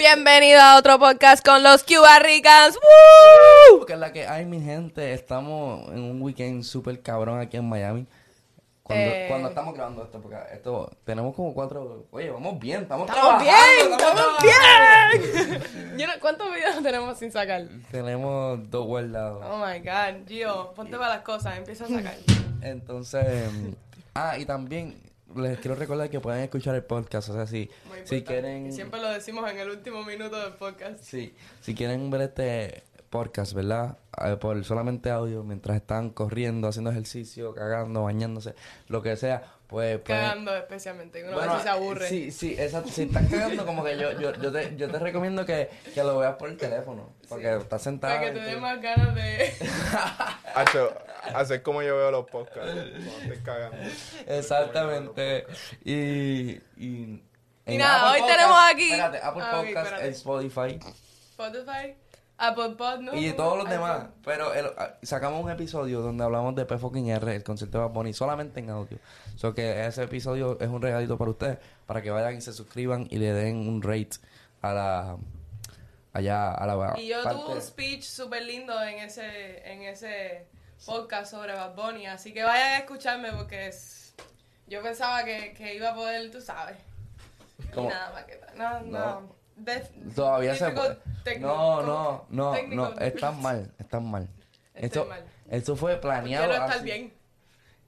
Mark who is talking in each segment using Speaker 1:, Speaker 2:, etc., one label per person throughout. Speaker 1: Bienvenido a otro podcast con los Cuba Ricans.
Speaker 2: Uh, que es la que hay, mi gente. Estamos en un weekend súper cabrón aquí en Miami. Cuando,
Speaker 1: Eh.
Speaker 2: cuando estamos grabando esto, porque esto tenemos como cuatro. Oye, vamos bien, estamos,
Speaker 1: ¡Estamos
Speaker 2: trabajando,
Speaker 1: bien! ¡Estamos
Speaker 2: trabajando.
Speaker 1: bien! Yo no- ¿Cuántos videos tenemos sin sacar?
Speaker 2: Tenemos dos guardados.
Speaker 1: Oh my god, Gio, ponte para las cosas, empieza a sacar.
Speaker 2: Entonces, mm, ah, y también les quiero recordar que pueden escuchar el podcast. O sea, si,
Speaker 1: Muy
Speaker 2: si
Speaker 1: importante.
Speaker 2: quieren. Pues,
Speaker 1: Y Siempre lo decimos en el último minuto del podcast.
Speaker 2: Sí, si quieren ver este podcast, ¿verdad? Eh, Por solamente audio, mientras están corriendo, haciendo ejercicio, cagando, bañándose, lo que sea, pues... pueden-
Speaker 1: Cagando especialmente, que uno a
Speaker 2: Bueno, eh,
Speaker 1: veces se aburre.
Speaker 2: Sí, sí, exacto. Si estás cagando, como que yo, yo, yo, te, yo te recomiendo que, que lo veas por el teléfono, porque estás sentado...
Speaker 1: Para que
Speaker 2: y
Speaker 1: te dé
Speaker 2: tú-
Speaker 1: más ganas de...
Speaker 3: Hacho, así es como yo veo los podcasts. Cuando estoy cagando.
Speaker 2: Exactamente. Y... y...
Speaker 1: Y
Speaker 2: en
Speaker 1: nada,
Speaker 2: Apple
Speaker 1: hoy tenemos
Speaker 2: Podcast-
Speaker 1: aquí-
Speaker 2: Espérate, Apple
Speaker 1: Ah, ok,
Speaker 2: Podcast,
Speaker 1: espérate.
Speaker 2: Spotify
Speaker 1: Spotify, Apple Pod, ¿no?
Speaker 2: y todos los demás.
Speaker 1: iPhone.
Speaker 2: Pero el- ah, sacamos un episodio donde hablamos de P fucking R, el concierto de Bad Bunny, solamente en audio. So que ese episodio es un regalito para ustedes, para que vayan y se suscriban y le den un rate a la... Allá, a la
Speaker 1: Y yo
Speaker 2: parte-
Speaker 1: tuve un speech súper lindo en ese, en ese podcast sobre Bad Bunny, así que vayan a escucharme porque es- yo pensaba que, que iba a poder, tú sabes. Y
Speaker 2: ¿Cómo?
Speaker 1: nada, maqueta. No,
Speaker 2: No.
Speaker 1: no. De-
Speaker 2: Todavía se
Speaker 1: difficult
Speaker 2: puede.
Speaker 1: techni-
Speaker 2: No,
Speaker 1: ¿cómo
Speaker 2: no,
Speaker 1: que?
Speaker 2: no,
Speaker 1: Technical
Speaker 2: no, están
Speaker 1: difficulties.
Speaker 2: mal, están mal.
Speaker 1: Estoy
Speaker 2: esto,
Speaker 1: mal.
Speaker 2: esto fue planeado.
Speaker 1: Quiero estar
Speaker 2: así.
Speaker 1: bien.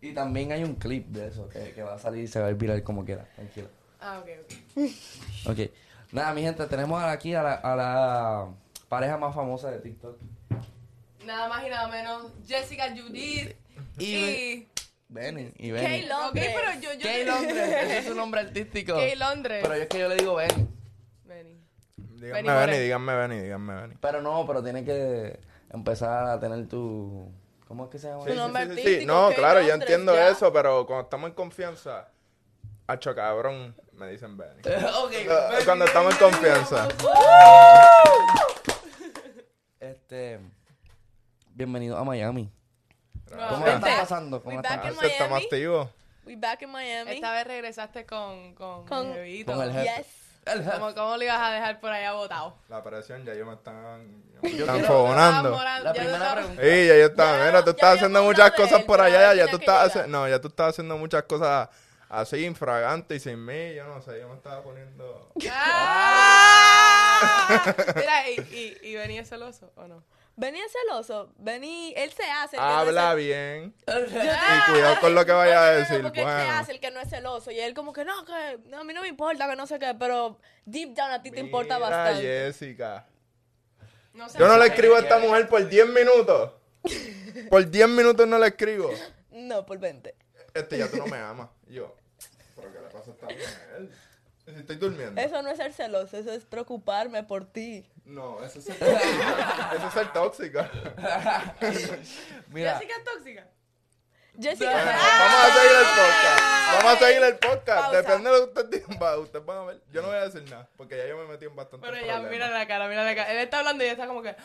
Speaker 2: Y también hay un clip de eso que, que va a salir y se va a ir viral como quiera, tranquilo.
Speaker 1: Ah, ok, ok.
Speaker 2: Ok. Nada, mi gente, tenemos aquí a la, a la pareja más famosa de TikTok.
Speaker 1: Nada más y nada menos, Jessica Judith
Speaker 2: Y-
Speaker 1: y,
Speaker 2: Benny y
Speaker 1: Kay
Speaker 2: Benny.
Speaker 1: Londres. Ok, pero yo, yo
Speaker 2: Kay Londres, ese es su nombre artístico.
Speaker 1: Kay Londres.
Speaker 2: Pero yo es que yo le digo Benny.
Speaker 1: Vení. Benny
Speaker 3: Díganme Benny,
Speaker 1: Moreno.
Speaker 3: díganme Benny, díganme Benny.
Speaker 2: Pero no, pero tiene que empezar a tener tu... ¿Cómo es que se llama?
Speaker 1: Tu
Speaker 2: eso?
Speaker 1: nombre
Speaker 3: sí,
Speaker 1: artístico,
Speaker 3: no,
Speaker 1: Kay
Speaker 3: claro, yo
Speaker 1: Londres,
Speaker 3: entiendo
Speaker 1: ya.
Speaker 3: eso, pero cuando estamos en confianza, hacho cabrón, me dicen Benny.
Speaker 2: ok.
Speaker 3: Ah, Cuando estamos en confianza.
Speaker 2: Este... Bienvenido a Miami. ¿Cómo la
Speaker 1: Nuevamente.
Speaker 2: están pasando? ¿Cómo
Speaker 4: We
Speaker 2: la están
Speaker 4: back in
Speaker 2: pasando?
Speaker 3: Ah, Se está más
Speaker 4: Miami.
Speaker 3: activo.
Speaker 4: We back in Miami.
Speaker 1: Esta vez regresaste con, con,
Speaker 4: Con-
Speaker 1: el bebito.
Speaker 2: Con el jefe.
Speaker 4: Yes.
Speaker 1: ¿Cómo, ¿Cómo lo ibas a dejar por allá botado?
Speaker 3: La presión ya yo me están, yo me
Speaker 2: Yo
Speaker 3: están
Speaker 2: quiero-
Speaker 3: fogonando.
Speaker 1: Estabas morando,
Speaker 2: La
Speaker 1: ya tú
Speaker 2: primera
Speaker 1: estabas-
Speaker 2: pregunta.
Speaker 3: Sí, ya yo estaba,
Speaker 4: Ya,
Speaker 3: mira, tú
Speaker 4: ya
Speaker 3: estás haciendo
Speaker 4: habíamos
Speaker 3: muchas
Speaker 4: hablado de
Speaker 3: cosas
Speaker 4: él,
Speaker 3: por
Speaker 4: pero
Speaker 3: allá, ya
Speaker 4: ahora
Speaker 3: tú
Speaker 4: que
Speaker 3: estás,
Speaker 4: llega.
Speaker 3: hace- no, ya tú estás haciendo muchas cosas así, infragantes y sin mí, yo no sé, yo me estaba poniendo...
Speaker 1: ¡Ah! Mira, ¿y, y, y venía celoso o no?
Speaker 4: Benny es celoso. Benny, él se hace. el que no es
Speaker 3: Habla
Speaker 4: cel-
Speaker 3: bien
Speaker 4: Ah,
Speaker 3: y cuidado con lo que vaya a
Speaker 4: no, no, no,
Speaker 3: decir,
Speaker 4: porque él se
Speaker 3: bueno.
Speaker 4: hace el que no es celoso. Y él como que no, que no, a mí no me importa, que no sé qué. Pero deep down a ti te importa
Speaker 3: Mira,
Speaker 4: bastante.
Speaker 3: Jessica.
Speaker 1: no sé
Speaker 3: Yo no le
Speaker 1: si-
Speaker 3: escribo a esta mujer por 10 minutos. Por 10 minutos no le escribo.
Speaker 4: No, por 20.
Speaker 3: Este ya tú no me amas. Y Yo. ¿Pero qué le pasa a esta mujer? Si estoy durmiendo.
Speaker 4: Eso no es ser celoso, eso es preocuparme por ti.
Speaker 3: No, eso es ser tóxica. Eso es ser tóxica.
Speaker 2: Mira,
Speaker 1: Jessica es tóxica.
Speaker 4: Jessica,
Speaker 3: Bueno,
Speaker 4: ¡Ah!
Speaker 3: vamos a seguir el podcast. Vamos a seguir el podcast.
Speaker 4: Pausa.
Speaker 3: Depende de lo que ustedes digan. va, Ustedes van a ver. Yo no voy a decir nada. Porque ya yo me metí en bastante
Speaker 1: Pero ella, mira la cara, mira la cara. Él está hablando y ella está como que, "Ah,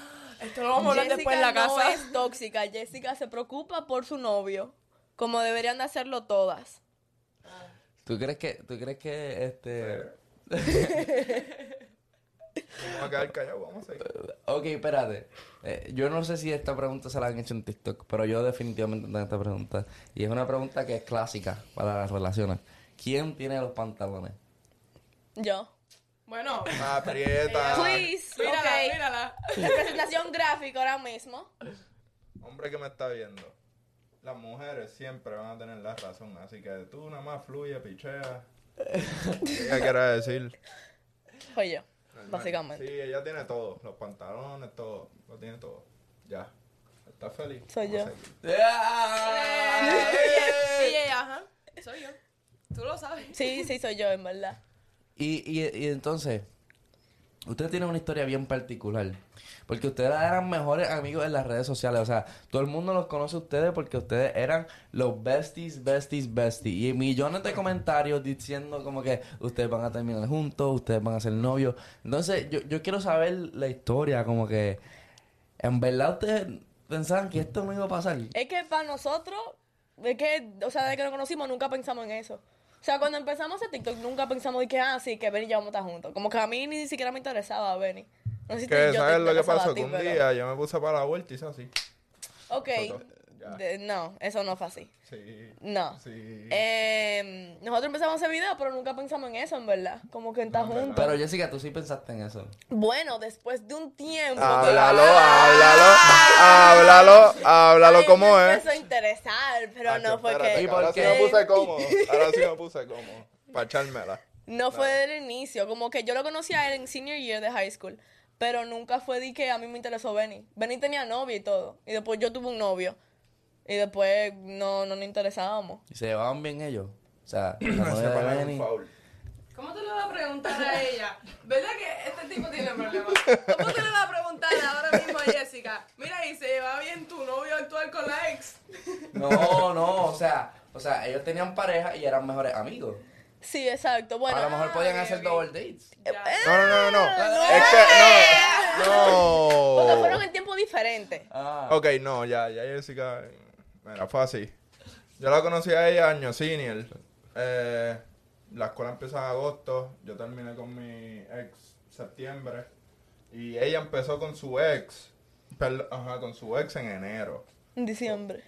Speaker 1: esto lo vamos a hablar
Speaker 4: Jessica
Speaker 1: después en
Speaker 4: no
Speaker 1: la casa.
Speaker 4: es tóxica. Jessica se preocupa por su novio, como deberían de hacerlo todas.
Speaker 2: ¿tú crees que, tú crees que, este...
Speaker 3: Vamos a quedar callados. Vamos a seguir.
Speaker 2: Ok, espérate. Eh, yo no sé si esta pregunta se la han hecho en TikTok, pero yo definitivamente tengo esta pregunta. Y es una pregunta que es clásica para las relaciones. ¿Quién tiene los pantalones?
Speaker 4: Yo.
Speaker 1: Bueno,
Speaker 3: Aprieta.
Speaker 4: Please,
Speaker 1: mírala,
Speaker 4: ok.
Speaker 1: mírala.
Speaker 4: Representación gráfica ahora mismo.
Speaker 3: Hombre que me está viendo, las mujeres siempre van a tener la razón, así que tú nada más fluye, pichea. ella quiere decir.
Speaker 4: Soy yo, básicamente.
Speaker 3: Sí, ella tiene todo, los pantalones, todo, lo tiene todo. Ya. ¿Estás feliz?
Speaker 4: Soy
Speaker 3: Vamos
Speaker 4: yo.
Speaker 3: a seguir.
Speaker 1: Eh, y ella, ajá, soy yo. Tú lo sabes.
Speaker 4: Sí, sí, soy yo, en verdad.
Speaker 2: Y, y, y entonces, ustedes tienen una historia bien particular. Porque ustedes eran mejores amigos en las redes sociales. O sea, todo el mundo los conoce a ustedes porque ustedes eran los besties, besties, besties. Y millones de comentarios diciendo como que ustedes van a terminar juntos, ustedes van a ser novios. Entonces, yo, yo quiero saber la historia, como que en verdad ustedes pensaban que esto no
Speaker 4: Eh,
Speaker 2: iba a pasar.
Speaker 4: Es que para nosotros, es que, o sea, desde que nos conocimos nunca pensamos en eso. O sea, cuando empezamos a TikTok nunca pensamos de que, ah, sí, que Benny y yo vamos a estar juntos. Como que a mí ni siquiera me interesaba Benny. No sé si te-
Speaker 3: Que
Speaker 4: yo
Speaker 3: sabes
Speaker 4: te
Speaker 3: lo que
Speaker 4: interesaba a
Speaker 3: pasó,
Speaker 4: ti,
Speaker 3: que un
Speaker 4: pero-
Speaker 3: día yo me puse para la vuelta y hice así.
Speaker 4: Ok.
Speaker 3: Ya.
Speaker 4: de- no, eso no fue así.
Speaker 3: Sí.
Speaker 4: No.
Speaker 3: Sí.
Speaker 4: Eh, nosotros empezamos a hacer video, pero nunca pensamos en eso, en verdad. Como que en estar
Speaker 3: No, en verdad.
Speaker 4: juntos.
Speaker 2: Pero Jessica, tú sí pensaste en eso.
Speaker 4: Bueno, después de un tiempo.
Speaker 3: Háblalo, háblalo, háblalo, háblalo
Speaker 4: Ay,
Speaker 3: como
Speaker 4: me
Speaker 3: es.
Speaker 4: empezó a interesar, pero
Speaker 3: Ah,
Speaker 4: no
Speaker 3: que
Speaker 4: fue
Speaker 3: espérate,
Speaker 4: que.
Speaker 3: que Ahora sí
Speaker 2: qué?
Speaker 3: me puse cómodo. Ahora sí me puse cómodo. Para echármela.
Speaker 4: No fue del inicio, como que yo lo conocí a él en senior year de high school, pero nunca fue de que a mí me interesó Benny. Benny tenía novia y todo, y después yo tuve un novio, y después no, no nos interesábamos.
Speaker 2: ¿Y se llevaban bien ellos? O sea, la
Speaker 3: Ese
Speaker 2: novia de
Speaker 3: pana es un
Speaker 2: Benny.
Speaker 3: foul.
Speaker 1: ¿Cómo tú le vas a preguntar a ella? ¿Verdad que este tipo tiene problemas? ¿Cómo tú le vas a preguntar ahora mismo a Jessica? Mira, y se va bien tu novio actual con la ex.
Speaker 2: No, no, o sea, o sea, ellos tenían pareja y eran mejores amigos.
Speaker 4: Sí, exacto, bueno. Eh,
Speaker 2: a lo mejor podían
Speaker 4: Ah,
Speaker 1: ok,
Speaker 2: hacer
Speaker 1: ok.
Speaker 2: double dates.
Speaker 1: Ya.
Speaker 3: No, no, no, no, no. Es que, no.
Speaker 4: Porque
Speaker 3: No.
Speaker 4: ¡Eh! fueron en tiempo diferente.
Speaker 2: Ah.
Speaker 3: Ok, no, ya, ya Jessica. Mira, fue así. Yo la conocí a ella año senior. Eh, la escuela empieza en agosto. Yo terminé con mi ex septiembre. Y ella empezó con su ex. perdo- ajá, con su ex en enero.
Speaker 4: En diciembre,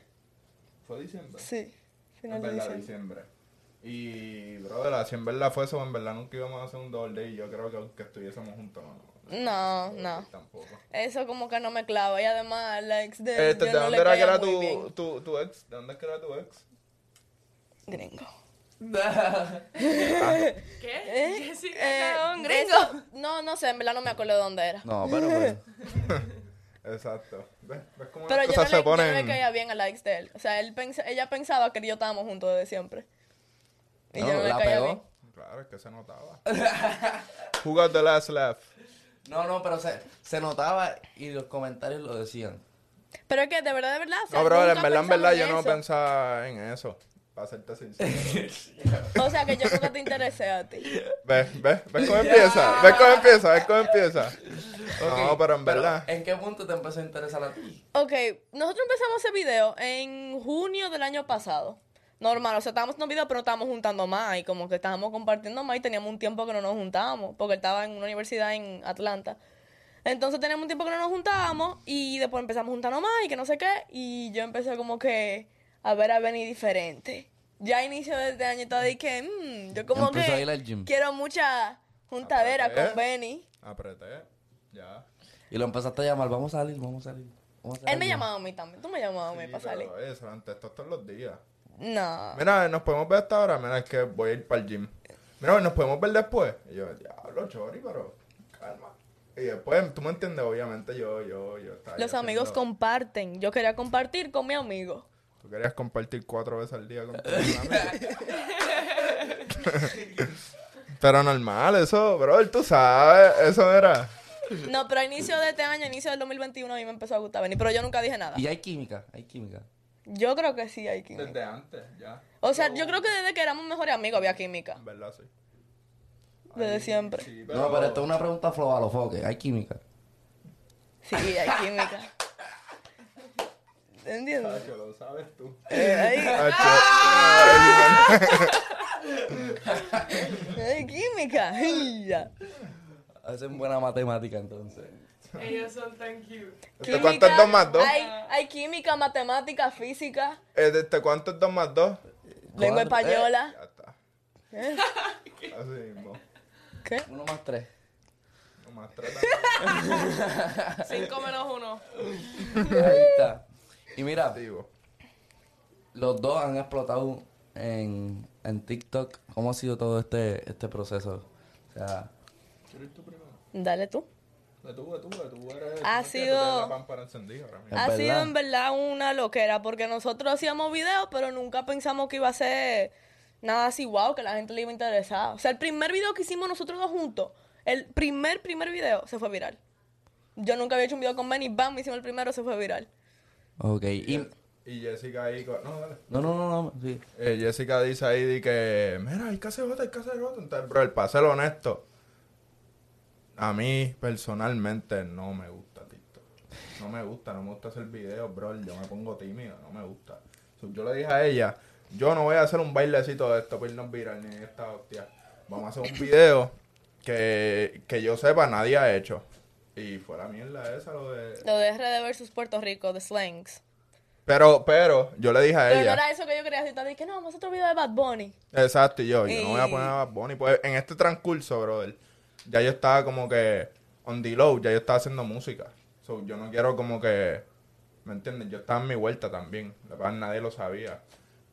Speaker 3: ¿Fue diciembre?
Speaker 4: sí.
Speaker 3: En
Speaker 4: Final de
Speaker 3: verdad,
Speaker 4: diciembre.
Speaker 3: diciembre. Y, brother, así en verdad fue eso. En verdad nunca íbamos a hacer un doble day. Yo creo que aunque estuviésemos juntos, no.
Speaker 4: No,
Speaker 3: Double
Speaker 4: no.
Speaker 3: date Tampoco.
Speaker 4: Eso como que no me clava, y además la ex de...
Speaker 3: Este,
Speaker 4: yo
Speaker 3: ¿De
Speaker 4: no
Speaker 3: dónde
Speaker 4: le
Speaker 3: era que
Speaker 4: caía
Speaker 3: era
Speaker 4: muy
Speaker 3: tu,
Speaker 4: bien.
Speaker 3: tu, tu ex? ¿De dónde es que era tu ex?
Speaker 4: Gringo.
Speaker 1: ¿Qué? Jessica,
Speaker 4: Eh,
Speaker 1: cabrón,
Speaker 4: eso- no, no sé, en verdad no me acuerdo de dónde era.
Speaker 2: No, pero pues,
Speaker 3: Exacto. ¿Ves, ¿Ves cómo
Speaker 4: Pero
Speaker 3: las
Speaker 4: yo no,
Speaker 3: cosas
Speaker 4: le,
Speaker 3: se
Speaker 4: yo no le
Speaker 3: ponen?
Speaker 4: caía bien a la ex de él. O sea, él pensa- ella pensaba que yo estábamos juntos desde siempre. Y yo
Speaker 2: no,
Speaker 4: no le
Speaker 2: la
Speaker 4: caía
Speaker 2: pegó.
Speaker 4: bien.
Speaker 3: Claro, es que se notaba. Who got the last laugh?
Speaker 2: No, no, pero se, se notaba y los comentarios lo decían.
Speaker 4: Pero es que de verdad, de verdad. o sea,
Speaker 3: No, bro, en
Speaker 4: nunca
Speaker 3: verdad, en
Speaker 4: pensamos
Speaker 3: verdad, yo no
Speaker 4: eso.
Speaker 3: pensaba en eso. Para serte sincero.
Speaker 4: O sea, que yo nunca te interesé a ti.
Speaker 3: ¿Ves? ¿Ves? ¿Ves cómo empieza? ¿Ves cómo empieza? ¿Ves cómo empieza? No,
Speaker 2: Ok,
Speaker 3: pero eh, en verdad.
Speaker 2: ¿En qué punto te empezó a interesar a ti?
Speaker 4: Ok, nosotros empezamos ese video en junio del año pasado. Normal, o sea, estábamos en un video, pero estábamos juntando más y como que estábamos compartiendo más y teníamos un tiempo que no nos juntábamos, porque él estaba en una universidad en Atlanta. Entonces teníamos un tiempo que no nos juntábamos y después empezamos juntando más y que no sé qué. Y yo empecé como que a ver a Benny diferente. Ya a inicio de este año estaba de que, mm, yo como
Speaker 2: Empezó
Speaker 4: que
Speaker 2: a ir al gym.
Speaker 4: quiero mucha juntadera
Speaker 3: Aparte. ¿eh?
Speaker 4: con Benny.
Speaker 3: Apreté. Ya.
Speaker 2: Y lo empezaste a llamar, vamos a salir, vamos a salir. vamos a
Speaker 4: Él me
Speaker 2: salir.
Speaker 4: llamaba a mí también, tú me llamabas a mí
Speaker 3: Sí,
Speaker 4: para salir.
Speaker 3: pero, oye, se lo antesto todos los días.
Speaker 4: No.
Speaker 3: Mira, nos podemos ver hasta ahora. Mira, es que voy a ir para el gym. Mira, nos podemos ver después. Y yo, diablo, chori, pero calma. Y después, tú me entiendes, obviamente, yo, yo, yo. estaba
Speaker 4: Los
Speaker 3: ya
Speaker 4: amigos
Speaker 3: haciendo-
Speaker 4: comparten. Yo quería compartir con mi amigo.
Speaker 3: Tú querías compartir cuatro veces al día con tu amigo. Pero normal, eso, bro, tú sabes, eso era.
Speaker 4: No, pero a inicio de este año, a inicio del 2021, a mí me empezó a gustar venir. Pero yo nunca dije nada.
Speaker 2: Y hay química, hay química.
Speaker 4: Yo creo que sí hay química.
Speaker 3: antes, ya.
Speaker 4: O sea, yo creo que desde que éramos mejores amigos había química.
Speaker 3: En verdad, sí.
Speaker 4: Desde siempre.
Speaker 3: Sí,
Speaker 2: No, pero esto es una pregunta floja a los foques, hay química.
Speaker 4: Sí, hay química. ¿Entiendes?
Speaker 3: Tacho, lo sabes tú.
Speaker 4: Eh, Hay, Ah, hay química. Ay, ya.
Speaker 2: Hacen buena matemática entonces.
Speaker 1: Ellos son tan cute.
Speaker 3: ¿Este cuánto es dos más dos?
Speaker 4: Hay, hay química, matemática, física,
Speaker 3: ¿Este cuánto es dos más dos?
Speaker 4: lengua
Speaker 2: Cuatro, eh.
Speaker 4: española.
Speaker 3: Ya está.
Speaker 4: Eh,
Speaker 3: Así mismo.
Speaker 4: ¿Qué?
Speaker 2: eh, Uno más tres.
Speaker 3: No más tres.
Speaker 1: 5 menos 1.
Speaker 2: Ahí está. Y mira,
Speaker 3: Digo,
Speaker 2: los dos han explotado en, en TikTok. ¿Cómo ha sido todo este, este proceso? O sea,
Speaker 3: ¿Quieres tú primero?
Speaker 4: Dale tú.
Speaker 3: De tú, de tú, de tú eres.
Speaker 4: Ha
Speaker 3: tú tienes
Speaker 4: sido-
Speaker 3: la pámpara encendida ahora mismo.
Speaker 2: En
Speaker 4: Ha
Speaker 2: verdad.
Speaker 4: sido en verdad una loquera porque nosotros hacíamos videos, pero nunca pensamos que iba a ser nada así wow, que la gente le iba a interesar. O sea, el primer video que hicimos nosotros dos juntos, el primer, primer video se fue viral. Yo nunca había hecho un video con Benny, bam, hicimos el primero, se fue viral.
Speaker 2: ok. Y,
Speaker 3: Y Jessica ahí. con- No, dale.
Speaker 2: no, no, no, no. Sí.
Speaker 3: Eh, Jessica dice ahí di que, mira, hay que hacer otra, hay que hacer otra. Entonces, bro, el ser honesto. A mí, personalmente, no me gusta TikTok. No me gusta, no me gusta hacer videos, bro. Yo me pongo tímido, no me gusta. So, yo le dije a ella, yo no voy a hacer un bailecito de esto para irnos viral ni esta hostia. Vamos a hacer un video que, que yo sepa nadie ha hecho. Y fue la mierda esa lo de...
Speaker 4: Lo de RD versus Puerto Rico, de Slangs.
Speaker 3: Pero, pero, yo le dije a
Speaker 4: Pero no
Speaker 3: ella...
Speaker 4: era eso que yo quería citar. Dije, no, vamos a otro video de Bad Bunny.
Speaker 3: Exacto, y yo, yo no voy a
Speaker 4: Y-
Speaker 3: poner a Bad Bunny. Pues en este transcurso, brother, ya yo estaba como que on the low, ya yo estaba haciendo música. So, yo no quiero como que, ¿me entiendes? Yo estaba en mi vuelta también, la verdad nadie lo sabía.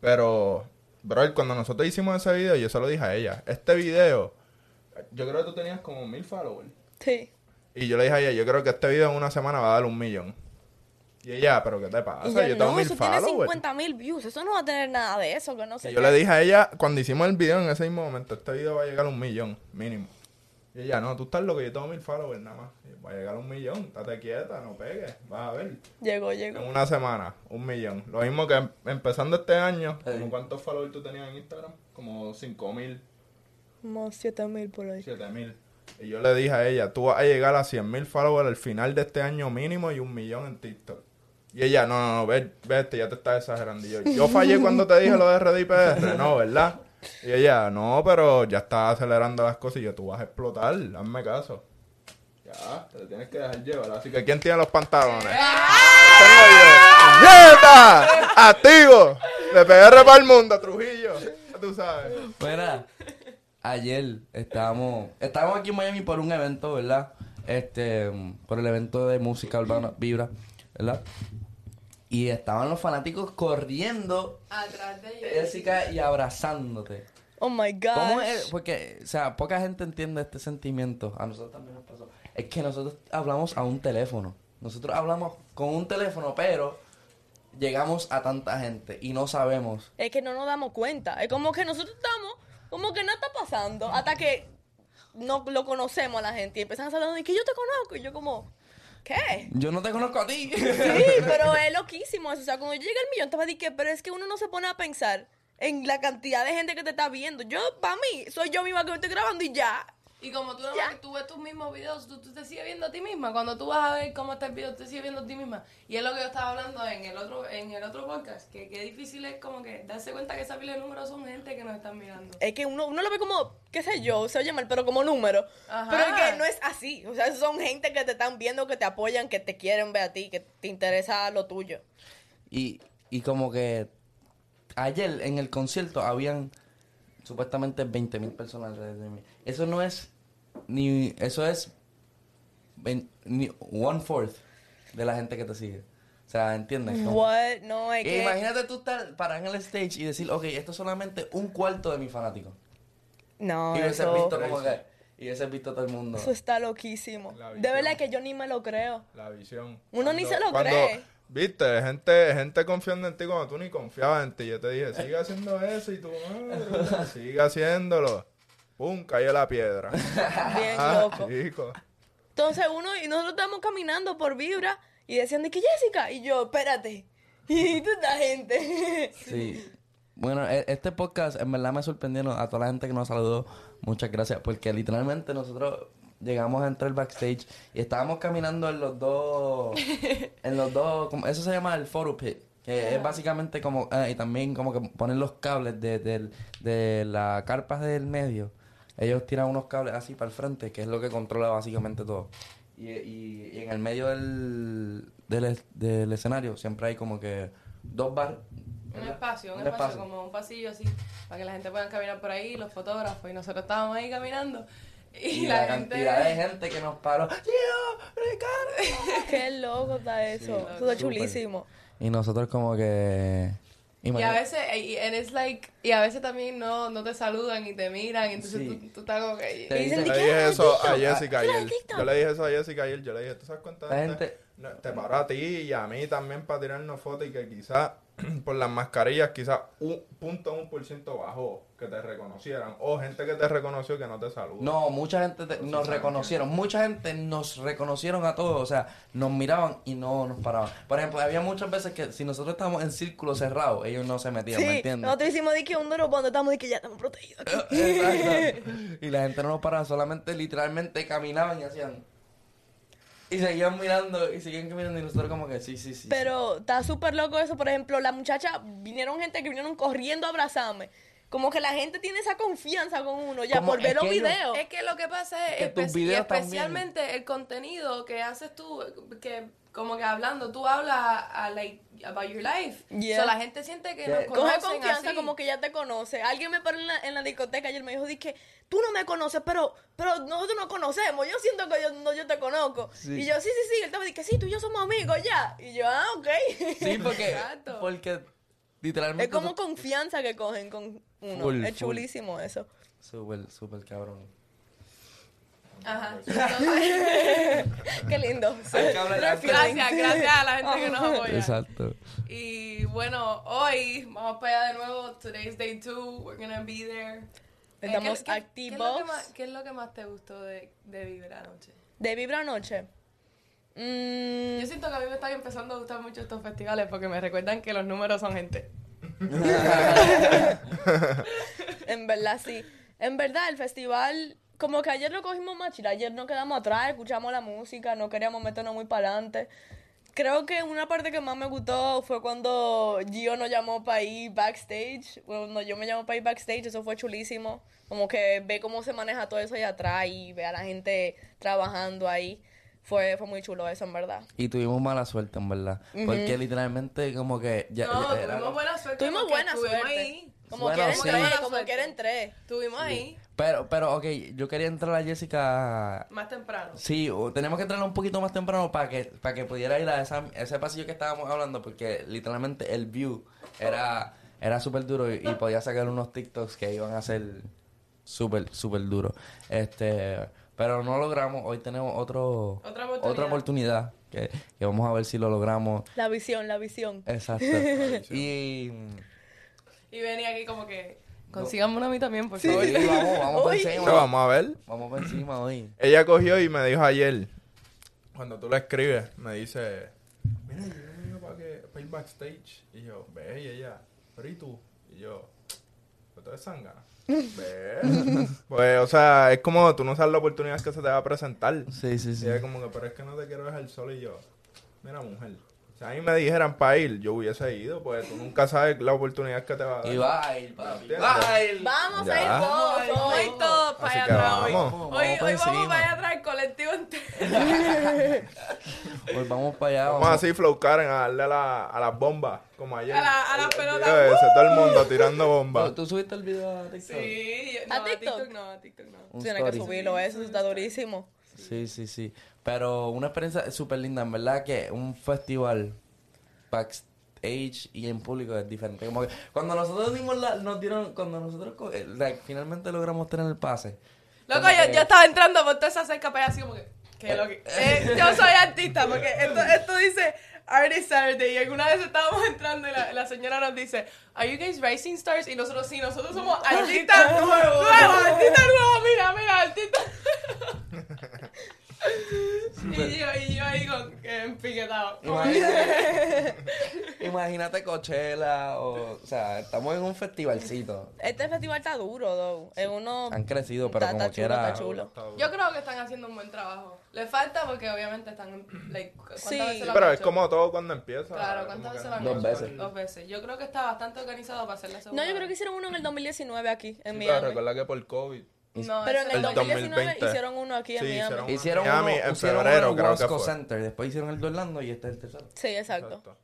Speaker 3: Pero, brother, cuando nosotros hicimos ese video, yo se lo dije a ella, este video, yo creo que tú tenías como mil followers.
Speaker 4: Sí.
Speaker 3: Y yo le dije a ella, yo creo que este video en una semana va a dar un millón. Y ella, ¿pero qué te pasa?
Speaker 4: Y
Speaker 3: Ah, yo, tengo
Speaker 4: no,
Speaker 3: mil
Speaker 4: eso tiene
Speaker 3: followers.
Speaker 4: 50 mil views. Eso no va a tener nada de eso, que no sé
Speaker 3: Y yo
Speaker 4: qué.
Speaker 3: le dije a ella, cuando hicimos el video en ese mismo momento, este video va a llegar a un millón, mínimo. Y ella, no, tú estás loco, yo tengo mil followers nada más. Y yo, Va a llegar a un millón, estate quieta, no pegues, vas a ver.
Speaker 4: Llegó,
Speaker 3: En
Speaker 4: llegó.
Speaker 3: una semana, un millón. Lo mismo que em- empezando este año,
Speaker 2: Sí.
Speaker 3: ¿como ¿cuántos followers tú tenías en Instagram? Como cinco mil,
Speaker 4: Como 7 mil por ahí.
Speaker 3: siete mil. Y yo le dije a ella, tú vas a llegar a 100 mil followers al final de este año mínimo y un millón en TikTok. Y ella, no, no, no, ve- vete, ya te estás exagerando. Y yo, yo fallé cuando te dije lo de RDIPR, no, ¿verdad? Y ella, no, pero ya estás acelerando las cosas y yo, tú vas a explotar, hazme caso. Ya, te tienes que dejar llevar. Así que, ¿quién tiene los pantalones? Tengo yo. ¡Nieta! ¡Activo! De PR para el mundo, Trujillo. Ya Tú sabes.
Speaker 2: Mira, ayer estábamos, estábamos aquí en Miami por un evento, ¿verdad? Este, mm, por el evento de música urbana, Vibra, ¿verdad? Y estaban los fanáticos corriendo,
Speaker 1: Atrás de ellos.
Speaker 2: Jessica, y abrazándote.
Speaker 4: Oh my God.
Speaker 2: ¿Cómo es? Porque, o sea, poca gente entiende este sentimiento. A nosotros también nos pasó. Es que nosotros hablamos a un teléfono. Nosotros hablamos con un teléfono, pero llegamos a tanta gente y no sabemos.
Speaker 4: Es que no nos damos cuenta. Es como que nosotros estamos, como que no está pasando. Hasta que no lo conocemos a la gente y empiezan a hablar de que yo te conozco. Y yo como, ¿qué?
Speaker 2: Yo no te conozco a ti.
Speaker 4: Sí, pero es loquísimo eso. O sea, cuando yo llegue al millón, te vas a decir que, pero es que uno no se pone a pensar en la cantidad de gente que te está viendo. Yo, para mí, soy yo misma que me estoy grabando y ya.
Speaker 1: Y como tú, no,
Speaker 4: Ya.
Speaker 1: tú ves tus mismos videos, tú, tú te sigues viendo a ti misma. Cuando tú vas a ver cómo está el video, tú te sigues viendo a ti misma. Y es lo que yo estaba hablando en el otro, en el otro podcast, que qué difícil es como que darse cuenta que esa pila de números son gente que nos están mirando.
Speaker 4: Es que uno, uno lo ve como, qué sé yo, se oye mal, pero como número.
Speaker 1: Ajá.
Speaker 4: Pero es que no es así. O sea, son gente que te están viendo, que te apoyan, que te quieren ver a ti, que te interesa lo tuyo.
Speaker 2: Y, y como que ayer en el concierto habían supuestamente 20.000 personas alrededor de mí. Eso no es ni. Eso es. vein- ni one fourth de la gente que te sigue. O sea, ¿entiendes? Como-
Speaker 4: What? No, es
Speaker 2: Y
Speaker 4: que...
Speaker 2: Imagínate tú estar parado en el stage y decir, ok, esto es solamente un cuarto de mis fanáticos.
Speaker 4: No,
Speaker 2: y hubieses
Speaker 4: eso,
Speaker 2: visto como que. Y hubieses visto todo el mundo.
Speaker 4: eso está loquísimo.
Speaker 3: La
Speaker 4: De verdad
Speaker 3: visión.
Speaker 4: que yo ni me lo creo.
Speaker 3: La visión.
Speaker 4: Uno ni se lo cree.
Speaker 3: Viste, gente, gente confiando en ti cuando tú ni confiabas en ti. Yo te dije, sigue haciendo eso y tú, "Ah, sigue haciéndolo. Pum, cayó la piedra.
Speaker 4: Bien
Speaker 3: Ah,
Speaker 4: loco.
Speaker 3: chico.
Speaker 4: Entonces uno y nosotros estamos caminando por Vibra y decían de que Jessica y yo, espérate. Y toda esta gente.
Speaker 2: Sí. Bueno, e- este podcast en verdad me sorprendieron a toda la gente que nos saludó. Muchas gracias, porque literalmente nosotros llegamos a entrar al backstage y estábamos caminando en los dos, en los dos, como- eso se llama el foro pit, que es básicamente como, ah, y también como que ponen los cables de, del- de las carpas del medio. Ellos tiran unos cables así para el frente, que es lo que controla básicamente todo. Y, y- y en el medio del, del, es- del escenario siempre hay como que dos bar...
Speaker 1: Un espacio, un, espacio, como un pasillo así, para que la gente pueda caminar por ahí, los fotógrafos. Y nosotros estábamos ahí caminando. Y,
Speaker 2: Y
Speaker 1: la,
Speaker 2: la
Speaker 1: gente.
Speaker 2: cantidad de gente que nos paró.
Speaker 4: Qué loco está eso.
Speaker 2: Sí,
Speaker 4: eso está
Speaker 2: súper.
Speaker 4: chulísimo.
Speaker 2: Y nosotros como que...
Speaker 1: Y a veces, y, and it's like, y a veces también no, no te saludan y te miran, entonces
Speaker 2: Sí.
Speaker 1: tú, tú estás como que...
Speaker 2: Te
Speaker 4: Y dicen de
Speaker 2: dicen-
Speaker 3: Le
Speaker 4: que
Speaker 3: dije
Speaker 4: "Ah,
Speaker 3: eso a
Speaker 4: TikTok".
Speaker 3: Jessica
Speaker 4: Mira,
Speaker 3: ayer.
Speaker 4: TikTok.
Speaker 3: Yo le dije eso a Jessica ayer. Yo le dije, ¿tú sabes cuánta
Speaker 2: La
Speaker 3: gente?
Speaker 2: gente-
Speaker 3: no, Te paró a ti y a mí también para tirarnos fotos y que quizás por las mascarillas, quizás un punto un por ciento bajó que te reconocieran. O gente que te reconoció que no te saludó.
Speaker 2: No, mucha gente te- nos reconocieron. Mucha gente nos reconocieron a todos. O sea, nos miraban y no nos paraban. Por ejemplo, había muchas veces que si nosotros estábamos en círculo cerrado, ellos no se metían, ¿me
Speaker 4: Sí,
Speaker 2: entiendes?
Speaker 4: nosotros hicimos de que un duro cuando estamos de que ya estamos protegidos aquí.
Speaker 2: Exacto. Y la gente no nos paraba, solamente literalmente caminaban y hacían... Y seguían mirando, y seguían mirando, y nosotros como que sí, sí, sí.
Speaker 4: Pero está súper loco eso. Por ejemplo, la muchacha, vinieron gente que vinieron corriendo a abrazarme. Como que la gente tiene esa confianza con uno ya
Speaker 2: Como
Speaker 4: por
Speaker 2: es
Speaker 4: ver los
Speaker 2: que ellos-
Speaker 4: videos.
Speaker 1: Es que lo que pasa es,
Speaker 2: Que tus
Speaker 1: espe-
Speaker 2: videos
Speaker 1: especialmente el contenido que haces tú, que como que hablando, tú hablas a, a like, about your life.
Speaker 4: Yeah.
Speaker 1: So, la gente siente que
Speaker 2: Yeah.
Speaker 1: nos
Speaker 4: Coge
Speaker 1: conocen
Speaker 4: confianza
Speaker 1: así.
Speaker 4: como que ya te conoce. Alguien me paró en la, en la discoteca y él me dijo, dije, tú no me conoces, pero, pero nosotros nos conocemos. Yo siento que yo, no, yo te conozco.
Speaker 2: Sí.
Speaker 4: Y yo, sí, sí, sí. Él estaba dije, sí, tú y yo somos amigos ya. Y yo, ah, ok.
Speaker 2: Sí, porque,
Speaker 1: Exacto.
Speaker 2: porque literalmente...
Speaker 4: es como confianza que cogen con uno.
Speaker 2: Full,
Speaker 4: es
Speaker 2: full.
Speaker 4: chulísimo eso.
Speaker 2: Súper, súper cabrón.
Speaker 1: Ajá. Entonces,
Speaker 4: Qué lindo. Sí.
Speaker 2: Hay que hablar antes.
Speaker 1: gracias, gracias a la gente que nos apoya.
Speaker 2: Exacto.
Speaker 1: Y bueno, hoy vamos para allá de nuevo. Today's day 2. We're gonna be there. Eh, ¿qué-
Speaker 4: Estamos
Speaker 1: qué- ¿qué es, lo
Speaker 4: activos.
Speaker 1: que más, qué es lo que más te gustó de, de vivir anoche?
Speaker 4: De Vibra Noche. Mm,
Speaker 1: Yo siento que a mí me están empezando a gustar mucho estos festivales porque me recuerdan que los números son gente.
Speaker 4: en verdad, sí. En verdad, el festival, como que ayer lo cogimos más chill. Ayer no quedamos atrás, escuchamos la música, no queríamos meternos muy para adelante. Creo que una parte que más me gustó fue cuando Gio nos llamó para ir backstage. Cuando yo me llamó para ir backstage, eso fue chulísimo. Como que ve cómo se maneja todo eso allá atrás y ve a la gente trabajando ahí. Fue, fue muy chulo eso, en verdad.
Speaker 2: Y tuvimos mala suerte, en verdad. Porque literalmente como que... Ya,
Speaker 1: no,
Speaker 2: ya era-
Speaker 1: tuvimos buena suerte.
Speaker 4: Tuvimos
Speaker 1: porque
Speaker 4: buena
Speaker 1: estuvimos
Speaker 4: suerte.
Speaker 1: Ahí.
Speaker 4: Como
Speaker 2: Bueno,
Speaker 4: quieren
Speaker 2: sí.
Speaker 4: tres,
Speaker 1: Buena
Speaker 4: como
Speaker 1: suerte.
Speaker 4: quieren tres.
Speaker 1: Estuvimos ahí
Speaker 2: Pero, pero, ok, yo quería entrar a Jessica...
Speaker 1: más temprano.
Speaker 2: Sí, o- tenemos que entrarla un poquito más temprano para que, para que pudiera ir a esa, ese pasillo que estábamos hablando, porque literalmente el view era, era súper duro y, y podía sacar unos TikToks que iban a ser súper, súper duros. Este, pero no logramos, hoy tenemos otro,
Speaker 1: Otra oportunidad.
Speaker 2: oportunidad que, que vamos a ver si lo logramos.
Speaker 4: La visión, la visión.
Speaker 2: Exacto. y,
Speaker 1: Y venía aquí como que, consigamos una a mí también, por
Speaker 2: y
Speaker 1: favor.
Speaker 2: vamos, vamos por
Speaker 4: Uy.
Speaker 2: encima.
Speaker 3: No, vamos a ver.
Speaker 2: Vamos por encima hoy.
Speaker 3: Ella cogió y me dijo ayer, cuando tú la escribes, me dice, mira, yo vengo para, que, para ir backstage. Y yo, ve, y ella, pero ¿y tú? Y yo, "Pues tú eres zángana". Ve. pues, o sea, es como tú no sabes la oportunidad que se te va a presentar.
Speaker 2: Sí, sí,
Speaker 3: Y
Speaker 2: sí.
Speaker 3: ella como que, pero es que no te quiero dejar solo. Y yo, mira, mujer, si a mí me dijeran para ir, yo hubiese ido, pues tú nunca sabes la oportunidad que te va a dar.
Speaker 2: Y va a ir, papi.
Speaker 3: Ya.
Speaker 2: Va a ir.
Speaker 4: Vamos a
Speaker 3: Ya.
Speaker 4: ir todos,
Speaker 2: Ay,
Speaker 4: todos.
Speaker 1: Hoy todo para allá
Speaker 3: que
Speaker 1: atrás. hoy.
Speaker 3: vamos.
Speaker 2: Vamos,
Speaker 1: Hoy,
Speaker 2: vamos por
Speaker 1: hoy vamos
Speaker 2: encima.
Speaker 1: para allá atrás, el colectivo entero.
Speaker 2: Pues vamos para allá.
Speaker 3: Vamos así, Flow Karen, a darle a, la, a las bombas, como ayer.
Speaker 1: A la- Uh. a las
Speaker 3: El- el
Speaker 1: pelotas.
Speaker 3: video ese, todo el mundo tirando
Speaker 2: ¿Tú,
Speaker 3: bombas.
Speaker 2: tú subiste el video a TikTok?
Speaker 1: Sí, yo- no,
Speaker 4: ¿A
Speaker 1: a TikTok?
Speaker 4: TikTok?
Speaker 1: no, a TikTok no.
Speaker 2: Un
Speaker 4: Tiene que
Speaker 2: story.
Speaker 4: subirlo, eso está durísimo.
Speaker 2: Sí, sí, sí. Pero una experiencia súper linda, en verdad que un festival backstage y en público es diferente. Como que cuando nosotros dimos la, nos dieron, cuando nosotros co- eh, like, finalmente logramos tener el pase.
Speaker 1: Loco,
Speaker 2: como
Speaker 1: yo,
Speaker 2: que-
Speaker 1: yo estaba entrando por toda esa cerca para allá así como que, que lo que- eh, yo soy artista, porque esto, esto dice Artist Saturday, y alguna vez estábamos entrando y la, la señora nos dice, ¿Are you guys rising stars? Y nosotros sí, nosotros somos artistas nuevos, nuevos, artistas nuevos, mira, mira, artistas. y yo, y yo ahí con, eh, empiquetado. como que-
Speaker 2: Imagínate, imagínate Coachella o, o sea, estamos en un festivalcito.
Speaker 4: Este festival está duro, though. Es uno...
Speaker 2: Han crecido, pero
Speaker 4: Está-
Speaker 2: como
Speaker 4: está chulo,
Speaker 2: quiera.
Speaker 4: está chulo.
Speaker 1: Yo creo que están haciendo un buen trabajo. Les falta porque obviamente están... Like, ¿cuántas
Speaker 4: Sí.
Speaker 1: veces lo han
Speaker 3: Pero es
Speaker 1: hecho?
Speaker 3: como todo cuando empieza.
Speaker 1: Claro,
Speaker 3: como
Speaker 1: ¿cuántas
Speaker 3: que
Speaker 1: veces
Speaker 3: no
Speaker 1: lo han
Speaker 2: Dos
Speaker 1: hecho?
Speaker 2: veces.
Speaker 1: Dos veces. Yo creo que está bastante organizado para hacer la segunda.
Speaker 4: No, yo creo que
Speaker 1: vez.
Speaker 4: hicieron uno en el 2019 aquí, en
Speaker 3: Pero
Speaker 4: Miami.
Speaker 3: recuerda que por COVID.
Speaker 1: No,
Speaker 4: Pero en
Speaker 1: eso
Speaker 4: el
Speaker 1: no.
Speaker 3: El 2020.
Speaker 4: 2019 hicieron uno aquí en
Speaker 3: Sí,
Speaker 4: Miami.
Speaker 3: hicieron.
Speaker 2: Hicieron
Speaker 3: Miami
Speaker 2: uno,
Speaker 3: en
Speaker 2: hicieron uno
Speaker 3: febrero,
Speaker 2: en
Speaker 3: creo que
Speaker 2: Wasco
Speaker 3: fue.
Speaker 2: Center, después hicieron el de Orlando y este es el tercero.
Speaker 4: Sí, exacto.
Speaker 3: Exacto.